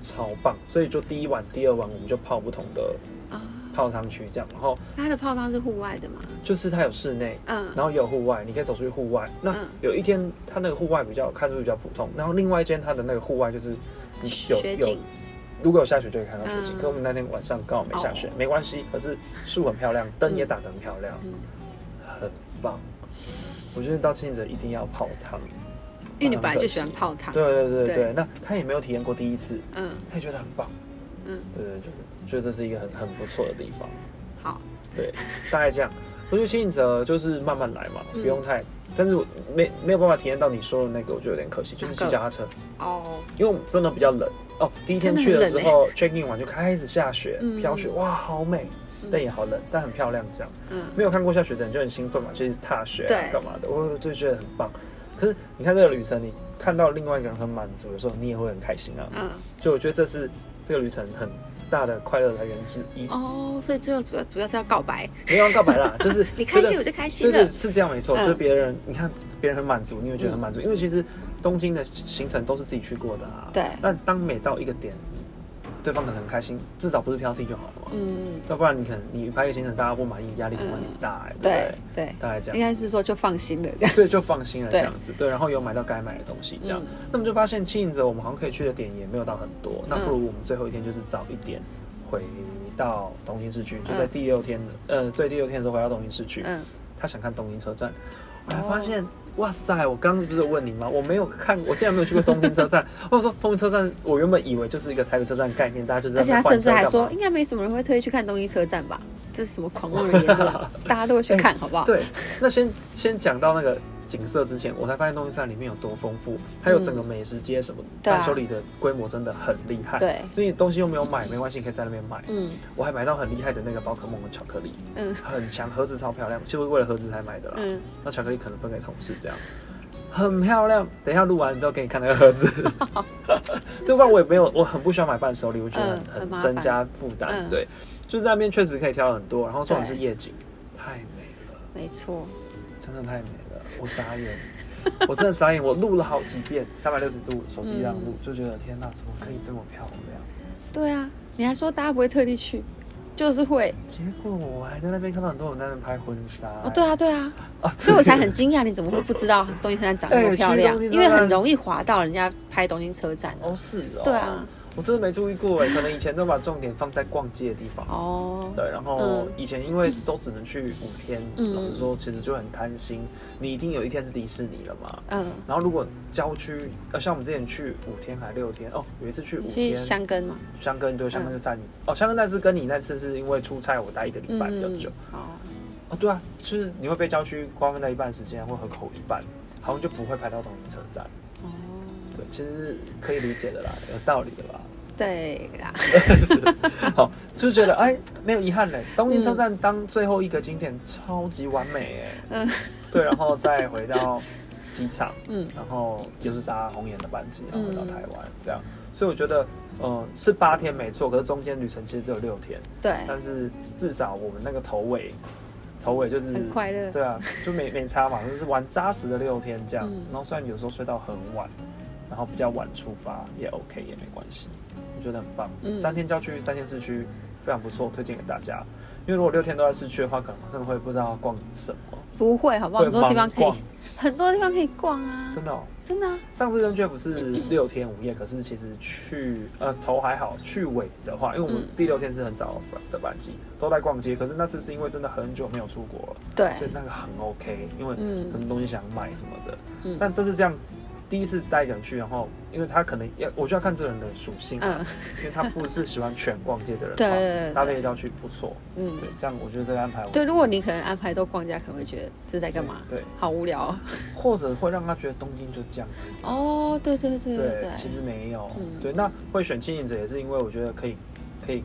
S2: 超棒。所以就第一晚、第二晚我们就泡不同的
S1: 啊，
S2: 泡汤区这样，然后
S1: 那它的泡汤是户外的吗？
S2: 就是它有室内，
S1: 嗯
S2: 然后也有户外，你可以走出去户外。那
S1: 嗯
S2: 有一天它那个户外比较看出去比较普通，然后另外一间它的那个户外就是你有
S1: 雪
S2: 有
S1: 景，
S2: 如果有下雪就可以看到雪景，
S1: 嗯
S2: 可我们那天晚上刚好没下雪，
S1: 哦
S2: 没关系。可是树很漂亮，灯也打得很漂亮，
S1: 嗯，
S2: 很棒。我觉得到清泽一定要泡汤。
S1: 因为你本来就喜欢
S2: 很可惜
S1: 泡汤，
S2: 对对对对，
S1: 对
S2: 那他也没有体验过第一次，
S1: 嗯
S2: 他也觉得很棒。
S1: 嗯，
S2: 对对，就是觉得这是一个很很不错的地方。
S1: 好，
S2: 对，大概这样。我觉得清影泽就是慢慢来嘛，
S1: 嗯
S2: 不用太，但是我没没有办法体验到你说的那个，我觉得有点可惜，就是
S1: 哪
S2: 骑
S1: 个
S2: 脚踏车，
S1: 哦，
S2: 因为我们真的比较冷哦。第一天去的时
S1: 真的
S2: 候、check in 完就开始下雪，
S1: 嗯
S2: 飘雪，哇，好美，
S1: 嗯
S2: 但也好冷，但很漂亮。这样
S1: 嗯，
S2: 没有看过下雪的人就很兴奋嘛，就是踏雪啊
S1: 对
S2: 干嘛的，我就觉得很棒。可是你看这个旅程，你看到另外一个人很满足的时候，你也会很开心啊。
S1: 嗯
S2: 就我觉得这是这个旅程很大的快乐来源之一。
S1: 哦，所以最后主要主要是要告白，
S2: 没有要告白 啦，就是
S1: 你开
S2: 觉
S1: 心
S2: 得
S1: 我就开心
S2: 对对，
S1: 了，
S2: 是这样没错，
S1: 嗯
S2: 就是别人你看别人很满足，你会觉得很
S1: 嗯
S2: 满足，因为其实东京的行程都是自己去过的啊。
S1: 对
S2: 那当每到一个点，对方可能很开心，至少不是挑剔就好了嘛。
S1: 嗯，
S2: 要不然你可能你拍一个行程大家不满意，压力可能会很大哎、对不
S1: 对
S2: 对？
S1: 对，
S2: 大概这
S1: 应
S2: 样，
S1: 该是说就放心了，这样
S2: 所以就放心了这
S1: 对
S2: 样子。对，然后有买到该买的东西这样，
S1: 嗯
S2: 那么就发现庆着我们好像可以去的点也没有到很多，那不如我们最后一天就是早一点回到东京市区，就在
S1: 嗯
S2: 第六天的，呃，对，第六天的时候回到东京市区。
S1: 嗯。哦
S2: 他想看东京车站，我还发现，哇塞！我刚刚不是问你吗？我没有看，我竟然没有去过东京车站。 我说东京车站，我原本以为就是一个台北车站概念，大家就在
S1: 而且他甚至还说，
S2: 换车干嘛
S1: 应该没什么人会特意去看东一车站吧？这是什么狂妄的言论 啊？大家都会去看，好不好？
S2: 对，那先 先讲到那个景色之前，我才发现东京山里面有多丰富，还有整个美食街什么，
S1: 嗯对啊
S2: 伴修里的规模真的很厉害。
S1: 对，
S2: 所以东西又没有买没关系，可以在那边买。
S1: 嗯
S2: 我还买到很厉害的那个宝可梦的巧克力，
S1: 嗯
S2: 很强，盒子超漂亮，就是为了盒子才买的啦。
S1: 嗯，
S2: 那巧克力可能分给同事这样，很漂亮。等一下录完之后给你看那个 盒子。对，不然我也没有，我很不喜欢买伴手礼，我觉得
S1: 嗯
S2: 很、
S1: 很麻
S2: 很
S1: 烦
S2: 增加负担。
S1: 嗯
S2: 对，就是在那边确实可以挑很多，然后重点是
S1: 对
S2: 夜景，太美了，
S1: 没错，
S2: 真的太美了，我傻眼。 我真的傻眼，我录了好几遍，三百六十度手机这样录，
S1: 嗯
S2: 就觉得天哪，怎么可以这么漂亮？
S1: 对啊，你还说大家不会特地去，就是会
S2: 结果我还在那边看到很多人在那边拍婚纱、
S1: 哦， 对啊对啊，
S2: 啊，
S1: 所以我才很惊讶，你怎么会不知道东京车站长那么漂亮
S2: 哎其实东京？车站
S1: 因为很容易滑到人家拍东京车站
S2: 哦
S1: 啊。
S2: 是哦，
S1: 对啊，
S2: 我真的没注意过哎，可能以前都把重点放在逛街的地方。
S1: 哦，
S2: 对，然后
S1: 嗯
S2: 以前因为都只能去五天，
S1: 嗯
S2: 老实说其实就很贪心，你一定有一天是迪士尼了嘛。
S1: 嗯，
S2: 然后如果郊区，呃，像我们之前去五天还六天，哦，有一次去五
S1: 你去
S2: 天，
S1: 香根嘛？
S2: 香根对，香根就在你，哦，香根那次跟你那次是因为出差，我待一个礼
S1: 嗯
S2: 拜比较久。，
S1: 哦，
S2: 哦，对啊，就是你会被郊区光那一半时间，或河口一半，好像就不会排到同一车站。
S1: 哦，
S2: 对，其实是可以理解的啦，有道理的 啦。
S1: 对啦，
S2: 好，就觉得哎，没有遗憾嘞。东京车站当最后一个景点，超级完美哎。
S1: 嗯
S2: 对，然后再回到机场，
S1: 嗯
S2: 然后就是搭红眼的班机，然后回到
S1: 嗯
S2: 台湾这样。所以我觉得，呃，是八天没错，可是中间旅程其实只有六天，
S1: 对，
S2: 但是至少我们那个头尾，头尾就是
S1: 很快乐
S2: 对啊，就没没差嘛，就是玩扎实的六天这样。
S1: 嗯
S2: 然后虽然有时候睡到很晚，然后比较晚出发也 OK 也没关系，我觉得很棒。
S1: 嗯
S2: 三天郊区，三天市区，非常不错，推荐给大家。因为如果六天都在市区的话，可能真的会不知道逛什么，
S1: 不会，好不好？
S2: 会
S1: 很多地方
S2: 盲
S1: 可以
S2: 逛，
S1: 很多地方可以逛啊，
S2: 真的、哦。
S1: 真的啊，
S2: 上次跟 Jeff 是六天五夜，可是其实去呃头还好，去尾的话，因为我们
S1: 嗯
S2: 第六天是很早的班机，都在逛街。可是那次是因为真的很久没有出国了，
S1: 对，
S2: 所以那个很 OK，因为
S1: 哎嗯
S2: 很多东西想买什么的。
S1: 嗯
S2: 但这次这样，第一次带一个人去，然后因为他可能要，我就要看这个人的属性，
S1: 嗯
S2: 因为他不是喜欢全逛街 的人嘛，
S1: 对对对
S2: 搭配郊区不错。
S1: 嗯
S2: 对，，这样我觉得这个安排我
S1: 对，如果你可能安排都逛街，可能会觉得这在干嘛？
S2: 对，
S1: 好无聊哦
S2: 或者会让他觉得东京就这样。
S1: 哦，对对对对对，
S2: 其实没有。
S1: 嗯
S2: 对，那会选青影者也是因为我觉得可以，可以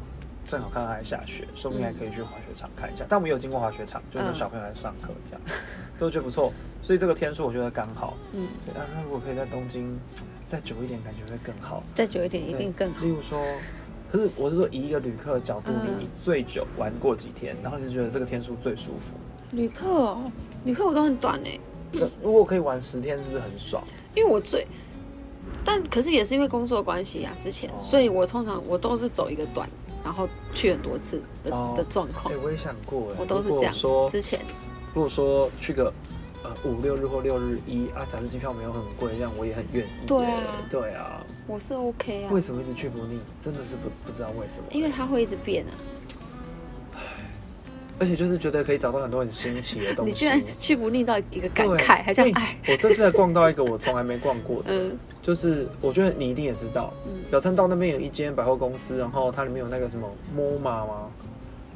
S2: 正好看看下雪，说不定还可以去滑雪场看一下。但我们有经过滑雪场，就是有
S1: 嗯
S2: 小朋友来上课这样， 所以我觉得不错。所以这个天数我觉得刚好。
S1: 嗯，
S2: 对啊，那如果可以在东京再久一点，感觉会更好。
S1: 再久一点一定更好
S2: 对。例如说，可是我是说以一个旅客的角度，
S1: 嗯
S2: 你最久玩过几天，然后你就觉得这个天数最舒服。
S1: 旅客哦，旅客我都很短哎，
S2: 那如果可以玩十天，是不是很爽？
S1: 因为我最，但可是也是因为工作的关系啊，之前，
S2: 哦
S1: 所以我通常我都是走一个短，然后去很多次的、
S2: 哦
S1: 的状况
S2: 哎、，我也想过、哎
S1: 我都是
S2: 如果
S1: 这样子
S2: 说。
S1: 之前，
S2: 如果说去个呃五六日或六日一啊，假设机票没有很贵，这样我也很愿意。
S1: 对啊
S2: 欸对啊，
S1: 我是 OK 啊
S2: 为，什么一直去不腻？真的是不不知道为什么。
S1: 因为它会一直变啊。
S2: 而且就是觉得可以找到很多很新奇的东 西。
S1: 你居然去不腻到一个感
S2: 对
S1: 慨，还这样
S2: 欸
S1: 哎，
S2: 我这次还逛到一个我从来没逛过的，
S1: 嗯
S2: 就是我觉得你一定也知道，
S1: 嗯
S2: 表参道那边有一间百货公司，然后它里面有那个什么 MoMA 吗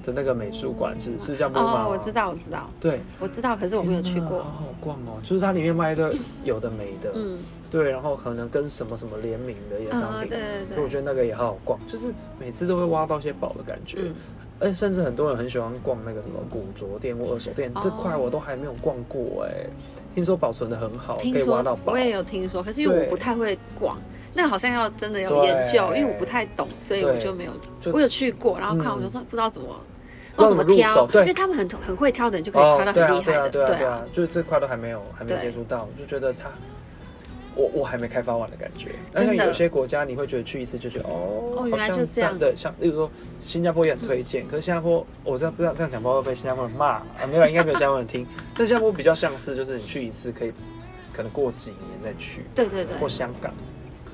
S2: 的那个美术馆，是是叫 MoMA 吗
S1: 哦，我知。道我知道
S2: 对，
S1: 我知道，可是我没有去
S2: 天哪
S1: 过
S2: 好，好逛哦。就是它里面卖一堆有的没的，
S1: 嗯
S2: 对，然后可能跟什么什么联名的一些商
S1: 啊
S2: 品，
S1: 对对
S2: 所以我
S1: 对，
S2: 觉得那个也好好逛，就是每次都会挖到一些宝的感觉。
S1: 嗯
S2: 而且甚至很多人很喜欢逛那个什么古着店或二手店，
S1: 哦
S2: 这块我都还没有逛过哎、听说保存的很好，哦可
S1: 听
S2: 以挖
S1: 说
S2: 到宝。
S1: 我也有听说，可是因为
S2: 对
S1: 我不太会逛，那个好像要真的要研究，
S2: 对
S1: 因为我不太懂，所以
S2: 对
S1: 我就没有。
S2: 就
S1: 我有去过，然后看
S2: 嗯
S1: 我就说不知道怎么，
S2: 不
S1: 不
S2: 知道
S1: 知道怎
S2: 怎么
S1: 么
S2: 入手
S1: 挑，
S2: 对
S1: 因为他们很很会挑的人就可以
S2: 哦
S1: 挑到
S2: 对啊
S1: 很厉害的，
S2: 对啊，对啊，对
S1: 啊
S2: 啊，就是这块都还没有还没有
S1: 对
S2: 接触到，就觉得它。我我还没开发完的感觉，而
S1: 真
S2: 且
S1: 的
S2: 有些国家你会觉得去一次就觉得哦，
S1: 哦
S2: 好
S1: 原来
S2: 像
S1: 就这样嗯
S2: 对，像例如说新加坡也很推荐，可是新加坡我这样不知道这样讲会不会被新加坡人骂啊？没有，应该没有新加坡人听。 但新加坡比较像是就是你去一次可以，可能过几年再去，
S1: 对对对
S2: 或香港，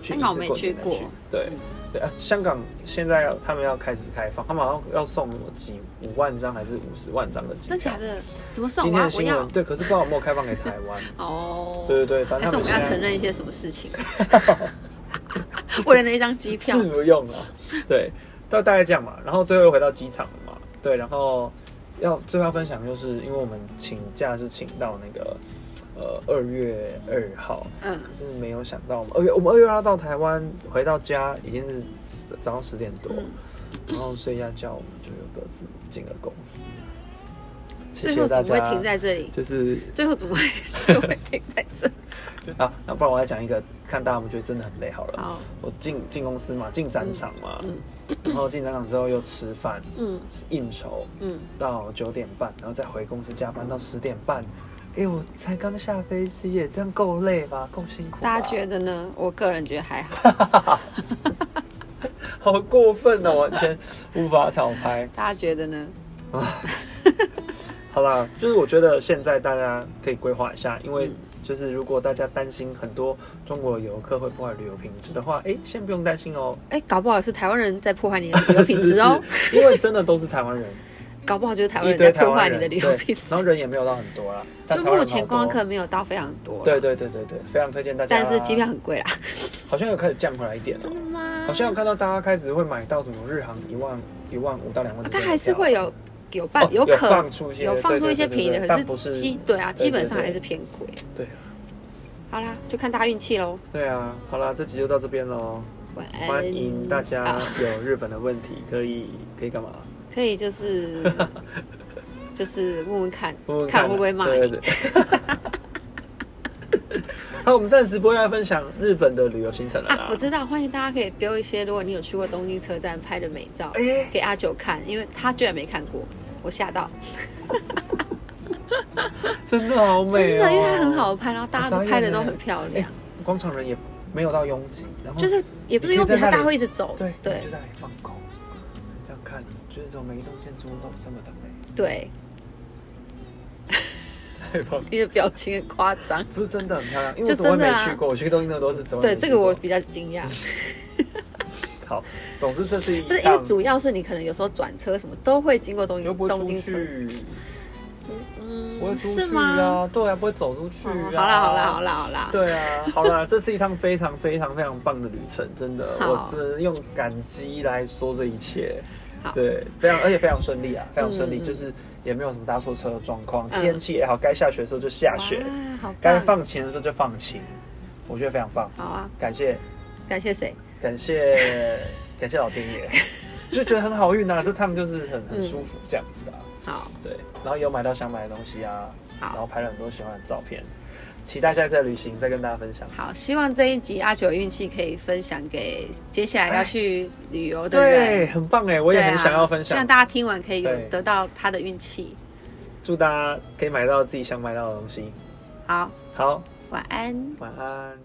S2: 去
S1: 香
S2: 一次
S1: 港我没
S2: 过几
S1: 去
S2: 年再
S1: 过
S2: 对
S1: 嗯
S2: 对，啊香港现在要他们要开始开放，他们好像要送几五万张还是五十万张的机票
S1: 真假的？怎么送
S2: 今
S1: 我
S2: 天
S1: 要
S2: 的
S1: 我
S2: 新闻
S1: 要
S2: 对，可是不知道有没有开放给台 湾。
S1: 哦，
S2: 对对对，反
S1: 还是我
S2: 正他
S1: 们
S2: 们现
S1: 要
S2: 在
S1: 承认一些什么事 情？ 为了那一张机票
S2: 啊是，不用了。对，到大概这样嘛。然后最后又回到机场了嘛。对，然后要最后要分享就是，因为我们请假是请到那个呃二月二号，
S1: 嗯，
S2: 可是没有想到我们二月我们二月二号到台湾，回到家已经是十早上十点多，
S1: 嗯
S2: 然后睡一下觉，我们就又各自进了公司。谢
S1: 最
S2: 谢
S1: 后怎
S2: 大
S1: 么会
S2: 家
S1: 停在这里？
S2: 就是
S1: 最后怎 么会怎么会停在这里？
S2: 啊，那不然我来讲一个，看大家有没有觉得真的很累好了。
S1: 好，
S2: 我进进公司嘛，进展场嘛，
S1: 嗯
S2: 然后进展场之后又吃饭、
S1: 嗯
S2: 应酬，
S1: 嗯，
S2: 到九点半，然后再回公司加班到十点半。哎、我才刚下飞机耶，这样够累吧？够辛苦吧。
S1: 大家觉得呢？我个人觉得还好，
S2: 好过分哦，完全无法讨拍。
S1: 大家觉得呢？
S2: 好啦，就是我觉得现在大家可以规划一下，因为
S1: 嗯
S2: 就是如果大家担心很多中国游客会破坏旅游品质的话，哎、先不用担心哦。
S1: 哎，搞不好是台湾人在破坏 你的旅游品质哦，
S2: 是是是因为真的都是台湾人，
S1: 搞不好就是台湾
S2: 一
S1: 人
S2: 堆
S1: 在
S2: 台
S1: 破
S2: 湾
S1: 坏
S2: 人
S1: 你的旅游
S2: 对
S1: 品质
S2: 然。后人也没有到很多啦。但
S1: 就
S2: 台湾
S1: 目
S2: 人
S1: 前
S2: 好
S1: 观光
S2: 多
S1: 客没有到非常多，
S2: 对，对对对对，非常推荐大家。
S1: 但是机票很贵啦。
S2: 好像有开始降回来一点了、
S1: 真的啊吗？
S2: 好像有看到大家开始会买到什么日航一万、一万五到两万之
S1: 哦它
S2: 间的
S1: 啊
S2: 票，
S1: 还是会有有
S2: 哦
S1: 办
S2: 有
S1: 可
S2: 放出一些
S1: 有放出一些
S2: 对对对
S1: 便宜的，
S2: 对对但
S1: 可
S2: 不是
S1: 基对啊，
S2: 对
S1: 基本上
S2: 对对
S1: 还是偏贵。
S2: 对
S1: 好啦，就看大家运气喽。
S2: 对啊。好啦，这集就到这边喽。
S1: 晚安，
S2: 欢迎大家
S1: 啊
S2: 有日本的问题，可以可以干嘛？
S1: 可以就是 就是问问看，
S2: 问问
S1: 看
S2: 啊
S1: 我会不会骂
S2: 对
S1: 你
S2: 对。 对好，我们暂时不会来分享日本的旅游行程了
S1: 啊
S2: 啦，
S1: 我。知道，欢迎大家可以丢一些，如果你有去过东京车站拍的美照
S2: 哎，
S1: 给阿九看，因为他居然没看过，我吓到，
S2: 真的好美
S1: 真
S2: 哦！啊
S1: 的，因为他很好。拍，然后大家
S2: 我傻
S1: 都
S2: 眼
S1: 拍的都
S2: 了
S1: 很漂亮，
S2: 广场人也没有到拥挤，然后
S1: 就是也不是用
S2: 你可以
S1: 嘴，
S2: 在
S1: 他
S2: 那里
S1: 大家会一直走，
S2: 对
S1: 对
S2: 就在那里放空，这样看，就是这种每一栋建筑物都这么的美。
S1: 对，你的表情很夸张。
S2: 不是真的很漂亮，因为
S1: 就
S2: 我从
S1: 真的
S2: 来
S1: 啊
S2: 没去过，我去东京的都是怎么
S1: 对，这个我比较惊讶，
S2: 嗯好。总之这是一
S1: 不是因为主要是你可能有时候转车什么都会经过东
S2: 又
S1: 京
S2: 不会
S1: 东
S2: 出
S1: 京车站，
S2: 去，不会
S1: 嗯，
S2: 出
S1: 是
S2: 去
S1: 吗？
S2: 啊，对啊，不会走出去
S1: 哦
S2: 啊。
S1: 好啦好啦好。啦好啦，
S2: 对啊，好啦，这是一趟非常非常非常棒的旅程，真的，我
S1: 好
S2: 只能用感激来说这一切。
S1: 好
S2: 对，非常而且非常顺利啊，非常顺利，
S1: 嗯嗯
S2: 就是也没有什么搭错车的状况，
S1: 嗯
S2: 天气也好，该下雪的时候就下雪，
S1: 哇，好
S2: 该
S1: 棒，
S2: 放晴的时候就放晴，我觉得非常棒，
S1: 好啊，
S2: 感谢
S1: 感谢谁？
S2: 感谢 感谢老天爷，就觉得很好运啊，这趟就是很很
S1: 嗯
S2: 舒服这样子的啊、
S1: 好
S2: 对，然后也有买到想买的东西啊，然后
S1: 好
S2: 拍了很多喜欢的照片，期待下一次的旅行再跟大家分享。
S1: 好，希望这一集阿九运气可以分享给接下来要去旅游的人。
S2: 对，很棒哎，我
S1: 对
S2: 也
S1: 啊，
S2: 很想要分
S1: 希
S2: 享
S1: 望，大家听完可以有
S2: 对
S1: 得到他的运气。
S2: 祝大家可以买到自己想买到的东西。
S1: 好，
S2: 好，
S1: 晚安。
S2: 晚安。